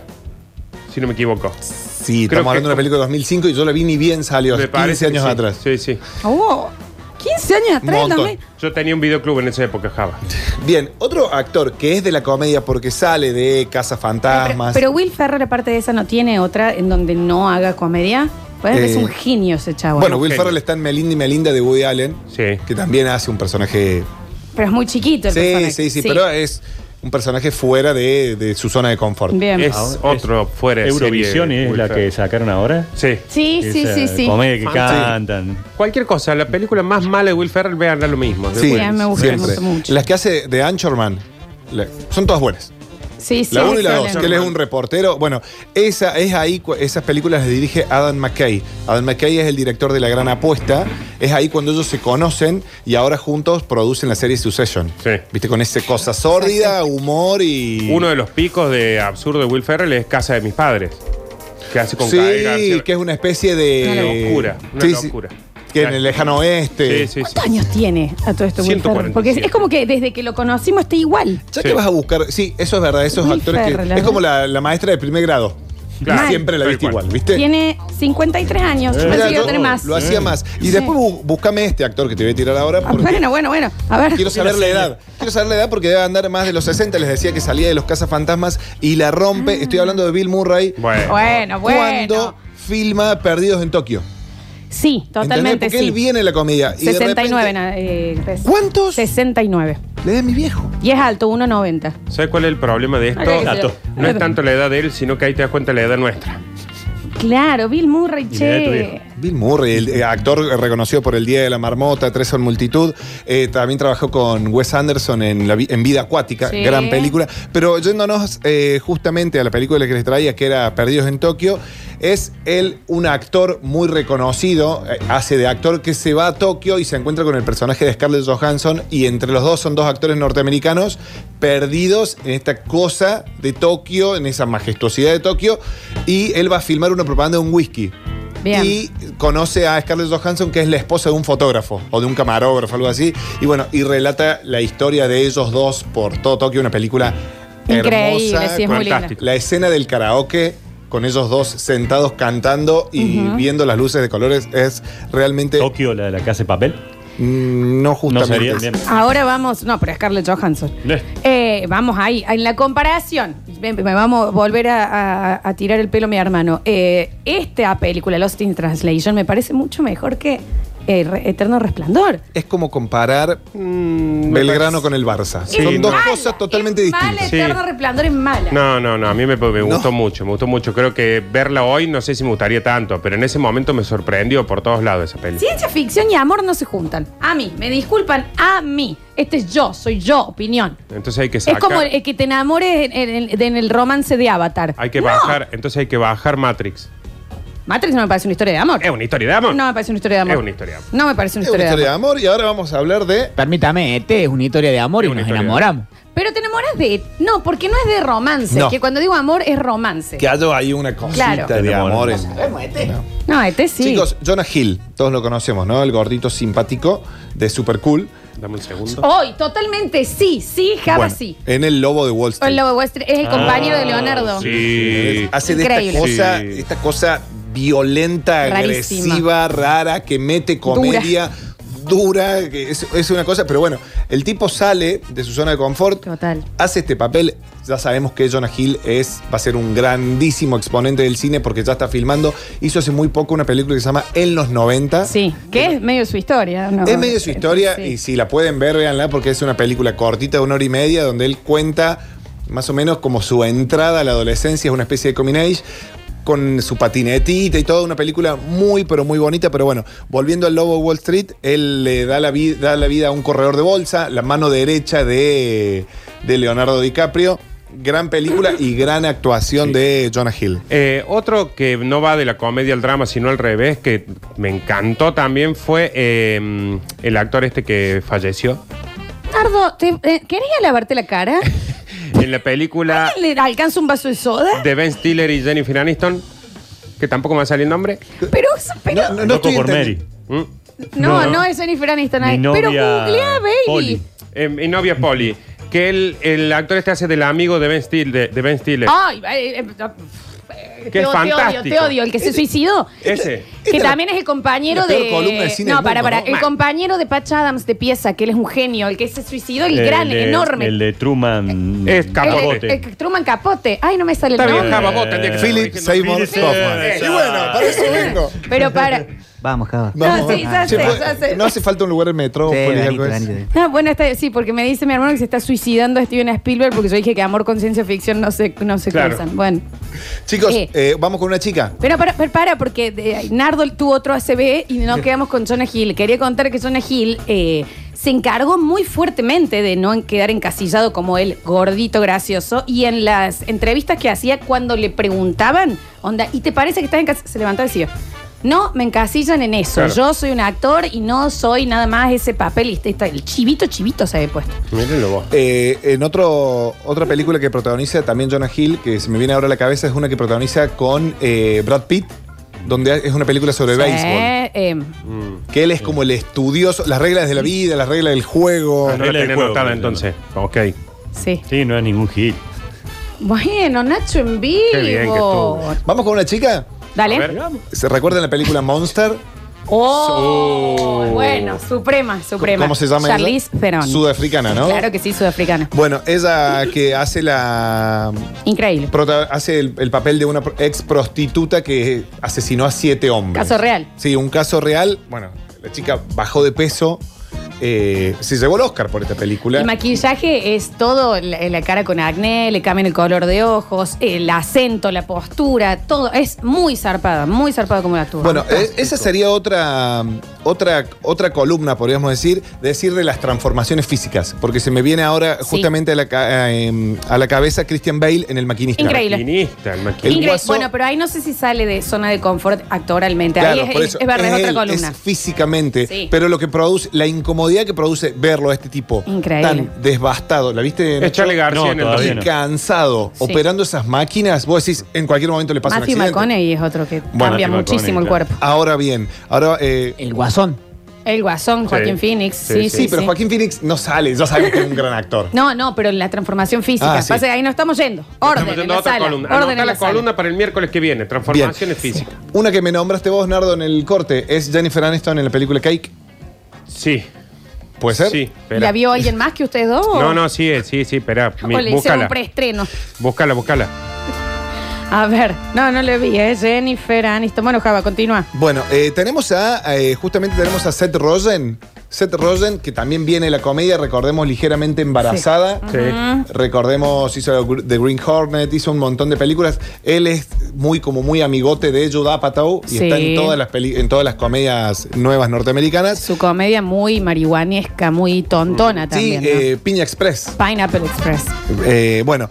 Speaker 3: Si no me equivoco.
Speaker 5: Sí,
Speaker 3: creo
Speaker 5: estamos
Speaker 3: que-
Speaker 5: hablando de una película de 2005 y yo la vi ni bien salió.
Speaker 3: Me
Speaker 5: 15
Speaker 3: parece que
Speaker 5: años
Speaker 3: sí.
Speaker 5: atrás.
Speaker 3: Sí, sí.
Speaker 2: Oh, 15 años atrás
Speaker 5: Montón.
Speaker 2: también.
Speaker 3: Yo tenía un videoclub en esa época, Java.
Speaker 5: Bien, otro actor que es de la comedia porque sale de Casa
Speaker 2: Pero,
Speaker 5: Fantasmas.
Speaker 2: pero Will Ferrell, aparte de esa, no tiene otra en donde no haga comedia. Pues es
Speaker 5: Eh,
Speaker 2: un genio ese chavo.
Speaker 5: bueno,
Speaker 3: un
Speaker 5: Will
Speaker 3: genio.
Speaker 5: Ferrell está en Melinda y Melinda de Woody Allen,
Speaker 3: Sí.
Speaker 5: que también hace un personaje
Speaker 2: Pero es muy chiquito el
Speaker 5: Sí,
Speaker 2: personaje.
Speaker 5: sí, sí, pero es un personaje fuera de, de su zona de confort.
Speaker 2: Bien.
Speaker 3: Es otro fuera de serie,
Speaker 1: Eurovisión es
Speaker 3: Will
Speaker 1: la
Speaker 3: Ferrell.
Speaker 1: que sacaron ahora.
Speaker 3: Sí.
Speaker 2: sí, sí,
Speaker 1: Esa
Speaker 2: sí, sí.
Speaker 1: Comedia que
Speaker 3: Sí.
Speaker 1: cantan.
Speaker 3: Cualquier cosa, la película más mala de Will Ferrell, veanla lo mismo.
Speaker 5: Sí,
Speaker 2: a mí me gusta,
Speaker 5: siempre.
Speaker 2: me gusta mucho.
Speaker 5: Las que hace de Anchorman la- son todas buenas.
Speaker 2: Sí, sí,
Speaker 5: La 1 y la 2,
Speaker 2: excelente.
Speaker 5: que él es un reportero. Bueno, esa es ahí, cu- esas películas las dirige Adam McKay. Adam McKay es el director de La Gran Apuesta. Es ahí cuando ellos se conocen y ahora juntos producen la serie Succession.
Speaker 3: Sí.
Speaker 5: Viste, con esa cosa sórdida, humor y.
Speaker 3: Uno de los picos de absurdo de Will Ferrell es Casa de mis padres. Que hace con
Speaker 5: Sí,
Speaker 3: Gael García.
Speaker 5: que es una especie de.
Speaker 3: Una locura, una
Speaker 5: Sí, sí,
Speaker 3: locura.
Speaker 5: Que en el lejano oeste.
Speaker 3: Sí, sí, sí.
Speaker 2: ¿Cuántos años tiene a todo esto Will Ferrell?
Speaker 3: 147.
Speaker 2: Porque es, es como que desde que lo conocimos está igual.
Speaker 5: Ya
Speaker 3: Sí.
Speaker 5: que vas a buscar, sí, eso es verdad, esos
Speaker 2: Will
Speaker 5: actores
Speaker 2: Ferrell,
Speaker 5: que.
Speaker 2: la
Speaker 5: Es como
Speaker 2: verdad.
Speaker 5: la, la maestra de primer grado.
Speaker 3: Claro.
Speaker 5: Que Siempre la
Speaker 3: Tal
Speaker 5: viste
Speaker 3: cual.
Speaker 5: igual, ¿viste?
Speaker 2: Tiene 53 años. Yo
Speaker 1: Eh,
Speaker 2: pensé
Speaker 5: Mira,
Speaker 2: que iba a tener
Speaker 5: yo-
Speaker 2: más.
Speaker 5: Lo hacía más. Y
Speaker 2: Sí.
Speaker 5: después bu- búscame este actor que te voy a tirar ahora
Speaker 2: Ah,
Speaker 5: porque
Speaker 2: Bueno, bueno, bueno. A ver.
Speaker 5: quiero saber la edad. Quiero saber la edad porque debe andar más de los 60. Les decía que salía de los cazafantasmas y la rompe. Estoy hablando de Bill Murray.
Speaker 3: Bueno.
Speaker 2: Bueno, Ah. bueno.
Speaker 5: Cuando filma Perdidos en Tokio.
Speaker 2: Sí,
Speaker 5: ¿Entendés?
Speaker 2: totalmente
Speaker 5: Porque
Speaker 2: sí.
Speaker 5: él viene en la comedia. y de
Speaker 2: 69.
Speaker 5: repente-
Speaker 2: na- eh, pes-
Speaker 5: ¿Cuántos?
Speaker 2: 69.
Speaker 5: Le de mi viejo.
Speaker 2: Y es alto, 1,90.
Speaker 3: ¿Sabes cuál es el problema de esto?
Speaker 2: Habría que
Speaker 1: Gato.
Speaker 2: ser-
Speaker 3: No es tanto la edad de él, sino que ahí te das cuenta de la edad nuestra.
Speaker 2: Claro, Bill Murray,
Speaker 1: Y la de tu
Speaker 2: che.
Speaker 1: viejo.
Speaker 5: Bill Murray, el eh, actor reconocido por El Día de la Marmota, Tres en Multitud, eh, también trabajó con Wes Anderson en, la vi- en Vida Acuática,
Speaker 2: Sí.
Speaker 5: gran película. Pero yéndonos eh, justamente a la película que les traía, que era Perdidos en Tokio, es él un actor muy reconocido, eh, hace de actor que se va a Tokio y se encuentra con el personaje de Scarlett Johansson y entre los dos son dos actores norteamericanos perdidos en esta cosa de Tokio, en esa majestuosidad de Tokio, y él va a filmar una propaganda de un whisky.
Speaker 2: Bien.
Speaker 5: Y conoce a Scarlett Johansson, que es la esposa de un fotógrafo o de un camarógrafo, algo así. Y bueno, y relata la historia de ellos dos por todo Tokio, una película
Speaker 2: Increíble,
Speaker 5: hermosa.
Speaker 2: sí, es muy linda.
Speaker 3: fantástico.
Speaker 5: La escena del karaoke con ellos dos sentados cantando y viendo las luces de colores es realmente
Speaker 1: Tokio, la de la casa de papel.
Speaker 5: mm, no
Speaker 1: No
Speaker 5: justamente.
Speaker 1: sería bien.
Speaker 2: Ahora vamos, no, pero Scarlett Johansson.
Speaker 1: Eh.
Speaker 2: Eh, vamos ahí, en la comparación, me, me vamos a volver a, a- a tirar el pelo mi hermano. Eh, esta película, Lost in Translation, me parece mucho mejor que eh, re- Eterno Resplandor.
Speaker 5: Es como comparar
Speaker 3: Mm, me
Speaker 5: Belgrano
Speaker 3: parece-
Speaker 5: con el Barça.
Speaker 3: Sí,
Speaker 5: Son dos
Speaker 3: no.
Speaker 5: cosas totalmente
Speaker 2: es
Speaker 5: distintas.
Speaker 2: Mala,
Speaker 1: Sí.
Speaker 2: Eterno Resplandor es mala.
Speaker 3: No, no, no, a mí me, me gustó mucho, me gustó mucho. Creo que verla hoy no sé si me gustaría tanto, pero en ese momento me sorprendió por todos lados esa peli.
Speaker 2: Ciencia ficción y amor no se juntan. A mí, me disculpan, a mí. Este es yo, soy yo, opinión.
Speaker 3: Entonces hay que
Speaker 2: Es
Speaker 3: sacar.
Speaker 2: como el, el que te enamores en, en- en- en el romance de Avatar.
Speaker 3: Hay que
Speaker 2: No.
Speaker 3: bajar, entonces hay que bajar Matrix.
Speaker 2: Matrix no me parece una historia de amor.
Speaker 3: Es una historia de amor.
Speaker 2: No me parece una historia de amor.
Speaker 3: Es una historia de amor.
Speaker 2: No me parece una
Speaker 5: Es una
Speaker 2: historia,
Speaker 5: historia
Speaker 2: de
Speaker 5: de
Speaker 2: amor.
Speaker 5: amor y ahora vamos a hablar de.
Speaker 7: Permítame, este es una historia de amor
Speaker 3: Es
Speaker 7: y
Speaker 3: una
Speaker 7: nos
Speaker 3: historia de-
Speaker 7: enamoramos.
Speaker 2: Pero te enamoras de. No, porque no es de romance.
Speaker 5: No.
Speaker 2: Que cuando digo amor es romance.
Speaker 5: Que haya ahí una cosita
Speaker 2: Claro.
Speaker 5: de amor. en-
Speaker 2: No, este sí.
Speaker 5: Chicos, Jonah Hill, todos lo conocemos, ¿no? El gordito simpático de Super Cool.
Speaker 3: Dame un segundo.
Speaker 2: Hoy, totalmente sí, sí, Java
Speaker 5: Bueno,
Speaker 2: sí.
Speaker 5: En el Lobo de Wall Street.
Speaker 2: El Lobo de Wall Street es el compañero de Leonardo.
Speaker 3: Ah, Sí.
Speaker 5: Hace de
Speaker 2: Increíble.
Speaker 5: esta cosa,
Speaker 3: Sí.
Speaker 5: esta cosa violenta,
Speaker 2: Rarísima.
Speaker 5: agresiva, rara, que mete comedia dura, que es, es una cosa, pero bueno, el tipo sale de su zona de confort,
Speaker 2: Total.
Speaker 5: hace este papel, ya sabemos que Jonah Hill es, va a ser un grandísimo exponente del cine porque ya está filmando, hizo hace muy poco una película que se llama En los 90.
Speaker 2: Sí, que es medio su historia. ¿no?
Speaker 5: Es medio su historia
Speaker 2: Ah, Sí.
Speaker 5: y si la pueden ver, véanla porque es una película cortita de una hora y media donde él cuenta más o menos como su entrada a la adolescencia, es una especie de coming age con su patinetita y todo, una película muy, pero muy bonita, pero bueno, volviendo al Lobo de Wall Street, él le da la, vi- da la vida a un corredor de bolsa, la mano derecha de, de Leonardo DiCaprio, gran película y gran actuación de Jonah Hill.
Speaker 3: Eh, otro que no va de la comedia al drama, sino al revés, que me encantó también fue eh, el actor este que falleció.
Speaker 2: Nardo, ¿te, eh, ¿querés ir a lavarte la cara?
Speaker 3: En la película
Speaker 2: ¿Le alcanza un vaso de soda?
Speaker 3: de Ben Stiller y Jennifer Aniston, que tampoco me va a salir el nombre.
Speaker 2: Pero, pero
Speaker 5: No,
Speaker 1: Loco
Speaker 5: estoy
Speaker 1: por
Speaker 5: entendi-
Speaker 1: Mary.
Speaker 3: ¿Mm?
Speaker 2: No,
Speaker 1: No.
Speaker 2: no, es Jennifer Aniston.
Speaker 1: Mi
Speaker 2: ahí.
Speaker 1: novia
Speaker 2: Pero googlea, baby.
Speaker 1: Polly.
Speaker 3: Eh, mi novia Polly, que él- el actor este hace del amigo de Ben Stiller. De, de ben Stiller.
Speaker 2: Ay, eh, eh, eh,
Speaker 3: Que es
Speaker 2: te,
Speaker 3: fantástico.
Speaker 2: odio, te odio, el que se suicidó.
Speaker 3: Ese.
Speaker 2: Que
Speaker 5: Esta la-
Speaker 2: también es el compañero
Speaker 5: la
Speaker 2: de.
Speaker 5: peor columna de cine
Speaker 2: no,
Speaker 5: del
Speaker 2: para,
Speaker 5: mundo,
Speaker 2: para.
Speaker 5: ¿no?
Speaker 2: El
Speaker 5: Mal.
Speaker 2: compañero de Patch Adams de pieza, que él es un genio, el que se suicidó, el, gran, el
Speaker 1: de-
Speaker 2: enorme.
Speaker 1: El de Truman.
Speaker 3: Es
Speaker 2: El-
Speaker 3: Capote.
Speaker 2: el- el que Truman Capote. Ay, no me sale el
Speaker 3: Está bien,
Speaker 2: nombre.
Speaker 3: Java, vos tendrías que
Speaker 5: Philip
Speaker 3: Diciendo-
Speaker 5: Seymour
Speaker 1: Eh, Philip
Speaker 5: Hoffman.
Speaker 1: Seymour.
Speaker 5: Y bueno, para eso vengo.
Speaker 2: Pero para.
Speaker 6: Vamos, Java.
Speaker 2: No, sí, ya
Speaker 6: Ah,
Speaker 2: sé,
Speaker 5: Che,
Speaker 2: ya sé.
Speaker 5: pues, No hace falta un lugar en metro.
Speaker 6: Sí,
Speaker 7: pues,
Speaker 5: puede
Speaker 6: Danito,
Speaker 5: algo de eso.
Speaker 6: Danito.
Speaker 2: Ah, bueno, está, sí, porque me dice mi hermano que se está suicidando a Steven Spielberg porque yo dije que amor con ciencia ficción no se, no se
Speaker 3: Claro.
Speaker 2: cruzan. Bueno.
Speaker 5: Chicos,
Speaker 2: Sí.
Speaker 5: eh, vamos con una chica.
Speaker 2: Pero para, para, para, porque eh, Nardo tuvo otro ACB y no quedamos con Jonah Hill. Quería contar que Jonah Hill eh, se encargó muy fuertemente de no quedar encasillado como el gordito gracioso. Y en las entrevistas que hacía, cuando le preguntaban, onda, ¿y te parece que estás encasillado? Se levantaba y decía, no, me encasillan en eso.
Speaker 3: Claro.
Speaker 2: Yo soy un actor y no soy nada más ese papel. Y está- está- el chivito, chivito se había puesto.
Speaker 3: Mírenlo vos.
Speaker 5: Eh, en otro, otra película que protagoniza también Jonah Hill, que se me viene ahora a la cabeza, es una que protagoniza con eh, Brad Pitt, donde es una película sobre béisbol.
Speaker 2: Eh, eh,
Speaker 5: Que él es como el estudioso, las reglas de la vida, las reglas del juego.
Speaker 3: Ah, No la
Speaker 1: Él es
Speaker 3: tenía
Speaker 1: juego,
Speaker 3: anotada
Speaker 1: no.
Speaker 3: entonces. Ok.
Speaker 2: sí.
Speaker 1: Sí, no es ningún hit.
Speaker 2: Bueno, Nacho en vivo.
Speaker 3: Qué bien que estuvo.
Speaker 5: Vamos con una chica.
Speaker 3: A
Speaker 2: Dale.
Speaker 3: ver.
Speaker 5: ¿Se recuerdan la película Monster?
Speaker 2: Oh,
Speaker 3: Oh.
Speaker 2: bueno, suprema, suprema.
Speaker 5: ¿Cómo se llama ella?
Speaker 2: Charlize Theron.
Speaker 5: Sudafricana, ¿no?
Speaker 2: Claro que sí, sudafricana.
Speaker 5: Bueno, ella que hace la
Speaker 2: Increíble.
Speaker 5: prota- hace el, el papel de una pro- ex prostituta que asesinó a siete hombres.
Speaker 2: Caso real.
Speaker 5: Sí, un caso real. Bueno, la chica bajó de peso. eh, se llevó el Oscar por esta película.
Speaker 2: El maquillaje es todo, la, la cara con acné, le cambian el color de ojos, el acento, la postura, todo. Es muy zarpada, muy zarpada como la actúa.
Speaker 5: Bueno, eh, esa sería otra, otra, otra columna, podríamos decir, decir de las transformaciones físicas. Porque se me viene ahora justamente a, la, ca- eh, a la cabeza Christian Bale en El Maquinista.
Speaker 2: Increíble.
Speaker 3: Maquinista, el maquinista.
Speaker 5: el
Speaker 2: Increíble.
Speaker 5: guaso-
Speaker 2: Bueno, pero ahí no sé si sale de zona de confort actoralmente.
Speaker 5: Claro,
Speaker 2: ahí es,
Speaker 5: por
Speaker 2: es-
Speaker 5: eso.
Speaker 2: es verdad, es,
Speaker 5: él,
Speaker 2: otra columna.
Speaker 5: es físicamente,
Speaker 2: Sí.
Speaker 5: pero lo que produce, la incomodidad que produce verlo a este tipo
Speaker 2: Increíble.
Speaker 5: tan desbastado. ¿La viste?
Speaker 3: Es Charlie García
Speaker 1: No,
Speaker 3: en el
Speaker 1: todavía
Speaker 5: y
Speaker 1: no.
Speaker 5: cansado,
Speaker 2: Sí.
Speaker 5: operando esas máquinas, vos decís, en cualquier momento le pasa
Speaker 2: Matthew
Speaker 5: un accidente.
Speaker 2: McConaughey es otro que
Speaker 5: Bueno,
Speaker 2: cambia
Speaker 1: Matthew
Speaker 2: muchísimo
Speaker 1: McConaughey,
Speaker 2: el
Speaker 1: claro.
Speaker 2: cuerpo.
Speaker 5: Ahora bien, ahora eh,
Speaker 7: El guasón.
Speaker 2: El Guasón, Joaquín
Speaker 3: Sí.
Speaker 2: Phoenix. Sí,
Speaker 3: Sí,
Speaker 2: sí,
Speaker 3: sí.
Speaker 5: sí, pero Joaquín Phoenix no sale, ya sabemos que es un gran actor.
Speaker 2: No, no, pero en la transformación física.
Speaker 5: Ah, sí.
Speaker 2: Pasa que ahí no estamos yendo. Orden
Speaker 3: Estamos
Speaker 2: en
Speaker 3: yendo a
Speaker 2: la
Speaker 3: otra
Speaker 2: sala.
Speaker 3: columna.
Speaker 2: Orden
Speaker 3: Anotá
Speaker 2: en la,
Speaker 3: la
Speaker 2: sala.
Speaker 3: columna para el miércoles que viene. Transformaciones físicas.
Speaker 5: Una que me nombraste vos, Nardo, en el corte, es Jennifer Aniston en la película Cake.
Speaker 3: Sí.
Speaker 5: ¿Puede ser?
Speaker 3: Sí. espera.
Speaker 2: ¿La vio Ah, alguien más que ustedes dos?
Speaker 3: No, no, sí, sí, sí, espera.
Speaker 2: O le hicieron un
Speaker 3: Búscala.
Speaker 2: preestreno.
Speaker 3: Búscala, búscala.
Speaker 2: A ver, no, no le vi, es Jennifer Aniston. Bueno, Java, continúa.
Speaker 5: Bueno, eh, tenemos a, eh, justamente tenemos a Seth Rogen. Seth Rogen, que también viene de la comedia, recordemos, ligeramente embarazada. Recordemos, hizo The Green Hornet, hizo un montón de películas. Él es muy, como muy amigote de Judd Apatow y
Speaker 2: Sí.
Speaker 5: está en todas, las peli- en todas las comedias nuevas norteamericanas.
Speaker 2: Su comedia muy marihuanesca, muy tontona
Speaker 5: sí,
Speaker 2: también. ¿no?
Speaker 5: eh, Piña Express.
Speaker 2: Pineapple Express.
Speaker 5: Eh, bueno,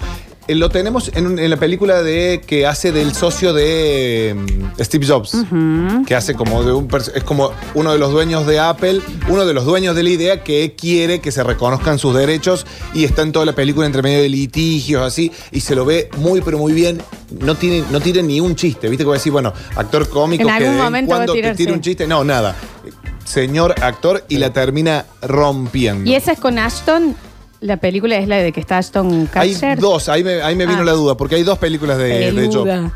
Speaker 5: eh, lo tenemos en, un- en la película de que hace del socio de mm, Steve Jobs, que hace como de un pers- es como uno de los dueños de Apple, uno de los dueños de la idea que quiere que se reconozcan sus derechos y está en toda la película entre medio de litigios así y se lo ve muy pero muy bien. No tiene no tiene ni un chiste, viste que voy a decir bueno actor cómico
Speaker 2: En
Speaker 5: que
Speaker 2: algún
Speaker 5: de vez
Speaker 2: momento va a
Speaker 5: cuando te
Speaker 2: tirar,
Speaker 5: tira
Speaker 2: sí.
Speaker 5: un chiste, no nada. Señor actor y la termina rompiendo.
Speaker 2: Y esa es con Ashton. La película es la de que está Ashton Kutcher.
Speaker 5: Hay dos, ahí me, ahí me vino
Speaker 2: Ah.
Speaker 5: la duda, porque hay dos películas de, de Job.
Speaker 2: Peluda.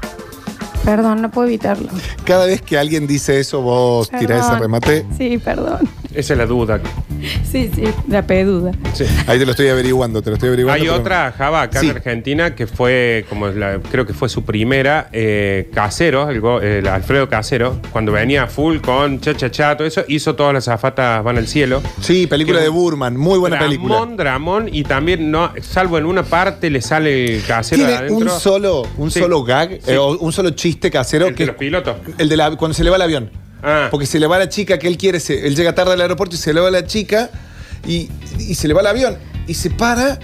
Speaker 2: Perdón, no puedo evitarlo.
Speaker 5: Cada vez que alguien dice eso, vos tirás ese
Speaker 2: Perdón.
Speaker 5: remate.
Speaker 2: Sí, perdón.
Speaker 3: Esa es la duda.
Speaker 2: Sí, sí, la peduda.
Speaker 5: Ahí te lo estoy averiguando, te lo estoy averiguando.
Speaker 3: Hay
Speaker 5: pero-
Speaker 3: otra Java acá
Speaker 5: Sí.
Speaker 3: en Argentina que fue, como la- creo que fue su primera, eh, Caseros, el, go- el Alfredo Caseros, cuando venía full con cha cha cha, todo eso, hizo todas las azafatas van al cielo.
Speaker 5: Sí, película
Speaker 3: Que-
Speaker 5: de Burman, muy buena
Speaker 3: Dramón,
Speaker 5: película.
Speaker 3: Dramón, y también, no, salvo en una parte, le sale el casero de
Speaker 5: Tiene
Speaker 3: adentro.
Speaker 5: un solo, un
Speaker 3: Sí.
Speaker 5: solo gag,
Speaker 3: Sí.
Speaker 5: eh, o un solo chiste casero
Speaker 3: El de
Speaker 5: que
Speaker 3: los pilotos.
Speaker 5: El de la, cuando se le va el avión.
Speaker 3: Ah.
Speaker 5: Porque se le va la chica que él quiere, se- él llega tarde al aeropuerto y se le va la chica y, y se le va el avión. Y se para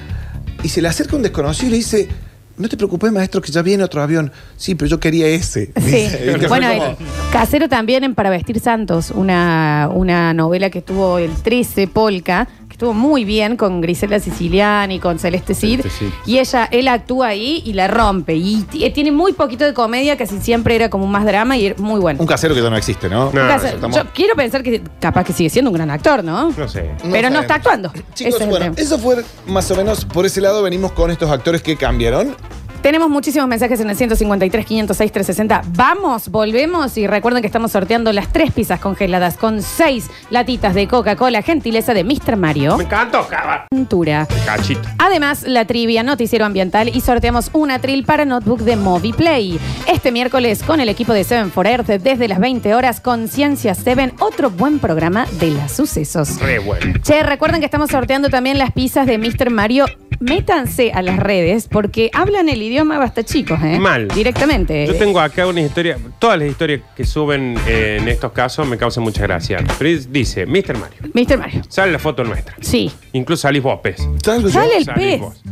Speaker 5: y se le acerca un desconocido y le dice, no te preocupes maestro que ya viene otro avión. Sí, pero yo quería ese.
Speaker 2: Sí.
Speaker 5: Dice, ¿viste?
Speaker 2: bueno,
Speaker 5: Fue como-
Speaker 2: el Casero también en Para Vestir Santos, una, una novela que tuvo el 13 Polka, que estuvo muy bien con Grisela Siciliani, con Celeste Cid.
Speaker 3: Celeste Cid.
Speaker 2: Y ella, él actúa ahí y la rompe. Y t- tiene muy poquito de comedia, casi siempre era como más drama y era muy bueno.
Speaker 5: un casero que ya no existe, ¿no?
Speaker 3: No,
Speaker 2: Un
Speaker 3: eso
Speaker 2: Casero-
Speaker 5: estamos-
Speaker 2: Yo quiero pensar que capaz que sigue siendo un gran actor, ¿no?
Speaker 3: No sé.
Speaker 2: Pero no
Speaker 5: sabemos.
Speaker 2: está actuando.
Speaker 5: Chicos,
Speaker 2: Ese es el
Speaker 5: bueno,
Speaker 2: tema.
Speaker 5: eso fue más o menos por ese lado venimos con estos actores que cambiaron.
Speaker 2: Tenemos muchísimos mensajes en el 153, 506, 360. Vamos, volvemos y recuerden que estamos sorteando las tres pizzas congeladas con seis latitas de Coca-Cola, gentileza de Mr. Mario.
Speaker 3: Me encantó, Java.
Speaker 2: Ventura.
Speaker 3: Cachito.
Speaker 2: Además, la trivia Noticiero Ambiental y sorteamos un atril para notebook de Moviplay. Este miércoles con el equipo de Seven for Earth desde las 20 horas Conciencia Seven, otro buen programa de las sucesos.
Speaker 3: Re bueno.
Speaker 2: Che, recuerden que estamos sorteando también las pizzas de Mr. Mario. Métanse a las redes porque hablan el idioma basta chicos, ¿eh?
Speaker 3: Mal.
Speaker 2: Directamente.
Speaker 3: Yo tengo acá una historia, todas las historias que suben eh, en estos casos me causan mucha gracia. Pero es- dice, Mr. Mario,
Speaker 2: Mr. Mario.
Speaker 3: sale la foto nuestra.
Speaker 2: Sí.
Speaker 3: Incluso salís vos, pez.
Speaker 5: ¿Sabes lo que-
Speaker 2: Sale el
Speaker 3: Salís
Speaker 2: pez.
Speaker 3: vos.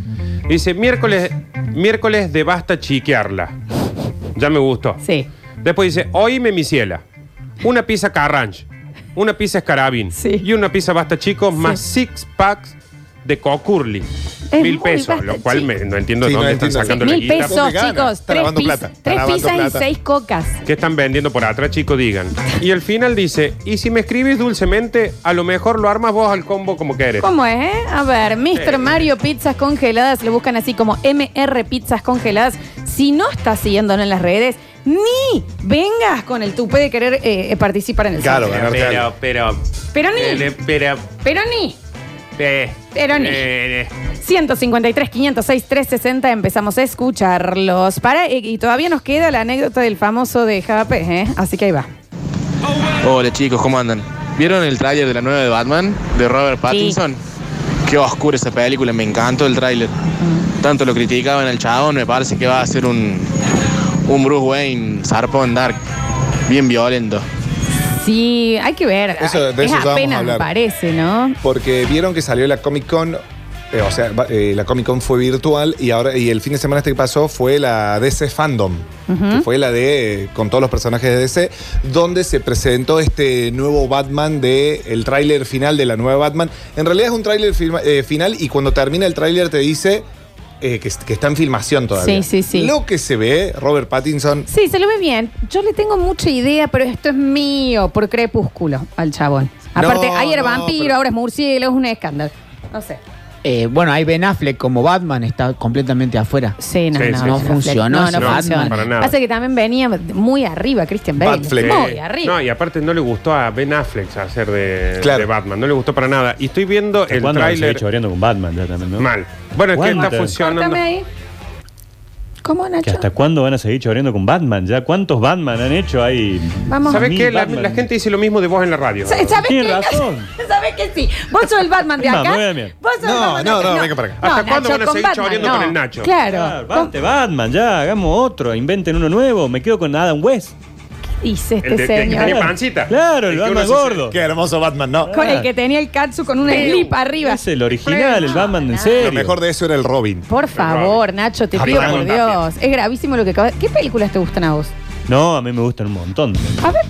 Speaker 3: Dice, miércoles, miércoles de basta chiquearla. Ya me gustó.
Speaker 2: Sí.
Speaker 3: Después dice, oíme mi ciela. Una pizza carranche, una pizza escarabín
Speaker 2: Sí.
Speaker 3: y una pizza basta chico más six packs de cocurli.
Speaker 2: Es
Speaker 3: Mil
Speaker 2: muy
Speaker 3: pesos,
Speaker 2: Basta
Speaker 3: lo cual
Speaker 2: Chico.
Speaker 3: me, no entiendo
Speaker 5: Sí, no
Speaker 3: dónde están
Speaker 5: entiendo.
Speaker 3: sacando la
Speaker 2: Mil
Speaker 3: guita.
Speaker 2: pesos,
Speaker 5: Porque gana,
Speaker 2: chicos.
Speaker 5: está
Speaker 2: Tres,
Speaker 5: lavando
Speaker 2: piz-
Speaker 5: plata, está
Speaker 2: tres
Speaker 5: lavando
Speaker 2: pizzas
Speaker 5: plata.
Speaker 2: y seis cocas.
Speaker 3: ¿Qué están vendiendo por atrás, chicos? Digan. Y al final dice, y si me escribes dulcemente, a lo mejor lo armas vos al combo como querés.
Speaker 2: ¿Cómo es, eh? A ver, Mr. Mario Pizzas Congeladas, lo buscan así como MR Pizzas Congeladas. Si no estás siguiéndonos en las redes, ni vengas con el tupé de querer eh, participar en el
Speaker 5: Claro,
Speaker 2: sorteo.
Speaker 3: Pero,
Speaker 5: ganarte algo.
Speaker 3: pero, pero,
Speaker 2: Pero ni.
Speaker 3: eh, pero,
Speaker 2: Pero ni.
Speaker 3: eh,
Speaker 2: Pero ni.
Speaker 3: eh,
Speaker 2: 153, 506, 360, empezamos a escucharlos. Para, eh, y, y todavía nos queda la anécdota del famoso de Java ¿eh? Así que ahí va.
Speaker 8: Hola chicos, ¿cómo andan? ¿Vieron el tráiler de la nueva de Batman de Robert Pattinson? Qué oscura esa película, me encantó el tráiler. Tanto lo criticaban al chabón, me parece que va a ser un, un Bruce Wayne zarpón dark, bien violento.
Speaker 2: Sí, hay que ver.
Speaker 5: Eso- de
Speaker 2: es
Speaker 5: eso ya vamos a
Speaker 2: apenas, me
Speaker 5: hablar.
Speaker 2: parece, ¿no?
Speaker 5: Porque vieron que salió la Comic Con. eh, o sea, va- eh, la Comic Con fue virtual y ahora y el fin de semana este que pasó fue la DC Fandom, que fue la de eh, con todos los personajes de DC, donde se presentó este nuevo Batman de el tráiler final de la nueva Batman. En realidad es un tráiler firma- eh, final y cuando termina el tráiler te dice eh, que, que está en filmación
Speaker 2: Sí,
Speaker 5: todavía.
Speaker 2: sí, sí.
Speaker 5: Lo que se ve, Robert Pattinson
Speaker 2: Sí, se lo ve bien. Yo le tengo mucha idea, pero esto es mío, por crepúsculo, al chabón. Aparte,
Speaker 5: No,
Speaker 2: ayer era
Speaker 5: no,
Speaker 2: vampiro,
Speaker 5: pero-
Speaker 2: ahora es murciélago, es un escándalo. No sé.
Speaker 7: Eh, bueno, ahí Ben Affleck como Batman está completamente afuera.
Speaker 2: Sí, no,
Speaker 3: Sí,
Speaker 2: no,
Speaker 3: sí,
Speaker 2: no,
Speaker 3: sí.
Speaker 7: funcionó
Speaker 2: No,
Speaker 7: ese
Speaker 2: no,
Speaker 3: Batman.
Speaker 2: funciona.
Speaker 3: Para nada.
Speaker 2: Pasa que también venía muy arriba Christian Bale.
Speaker 5: Batfleck.
Speaker 2: Muy
Speaker 3: eh.
Speaker 2: arriba.
Speaker 3: No, y aparte no le gustó a Ben Affleck hacer de,
Speaker 5: Claro.
Speaker 3: de Batman, no le gustó para nada. Y estoy viendo el
Speaker 1: ¿Cuándo se
Speaker 3: tráiler
Speaker 1: choreando con Batman ya también, no?
Speaker 3: mal. Bueno, es que
Speaker 1: ¿Cuándo?
Speaker 3: está funcionando.
Speaker 2: Córtame ahí. ¿Cómo,
Speaker 1: ¿Que
Speaker 2: Nacho?
Speaker 1: hasta cuándo van a seguir choreando con Batman? ¿Ya cuántos Batman han hecho ahí?
Speaker 2: Vamos.
Speaker 3: ¿Sabes
Speaker 1: Mil
Speaker 3: qué? La,
Speaker 1: Batman.
Speaker 3: la gente dice lo mismo de vos en la radio.
Speaker 2: Sa- ¿Sabes
Speaker 1: Tiene
Speaker 2: qué?
Speaker 1: razón.
Speaker 2: ¿Sabes que sí? Vos sos el Batman de
Speaker 1: Es más,
Speaker 2: acá.
Speaker 1: me voy a la mierda.
Speaker 2: Vos sos el
Speaker 5: No,
Speaker 2: Batman de
Speaker 5: no,
Speaker 2: acá.
Speaker 5: no, venga para acá.
Speaker 3: ¿Hasta cuándo van a
Speaker 2: Nacho,
Speaker 3: seguir
Speaker 2: con
Speaker 3: choreando con el Nacho?
Speaker 1: Ya,
Speaker 2: Claro. ¿Cómo
Speaker 1: bate Batman, ya, hagamos otro, inventen uno nuevo, me quedo con Adam West.
Speaker 2: dice este
Speaker 3: El de- de- que
Speaker 2: señor?
Speaker 3: tenía pancita.
Speaker 1: Claro, el
Speaker 3: que uno
Speaker 1: Batman
Speaker 3: se-
Speaker 1: gordo.
Speaker 5: Qué hermoso Batman, ¿no?
Speaker 1: Ah.
Speaker 2: Con el que tenía el katsu con una slipa arriba.
Speaker 1: Es el original, el Batman en serio.
Speaker 5: Lo mejor de eso era el Robin.
Speaker 2: Por favor, Nacho, te
Speaker 3: Capitán
Speaker 2: pido por
Speaker 3: Tapia.
Speaker 2: Dios. Es gravísimo lo que acabas ¿Qué películas te gustan a vos?
Speaker 1: No, a mí me gustan un montón.
Speaker 2: A ver.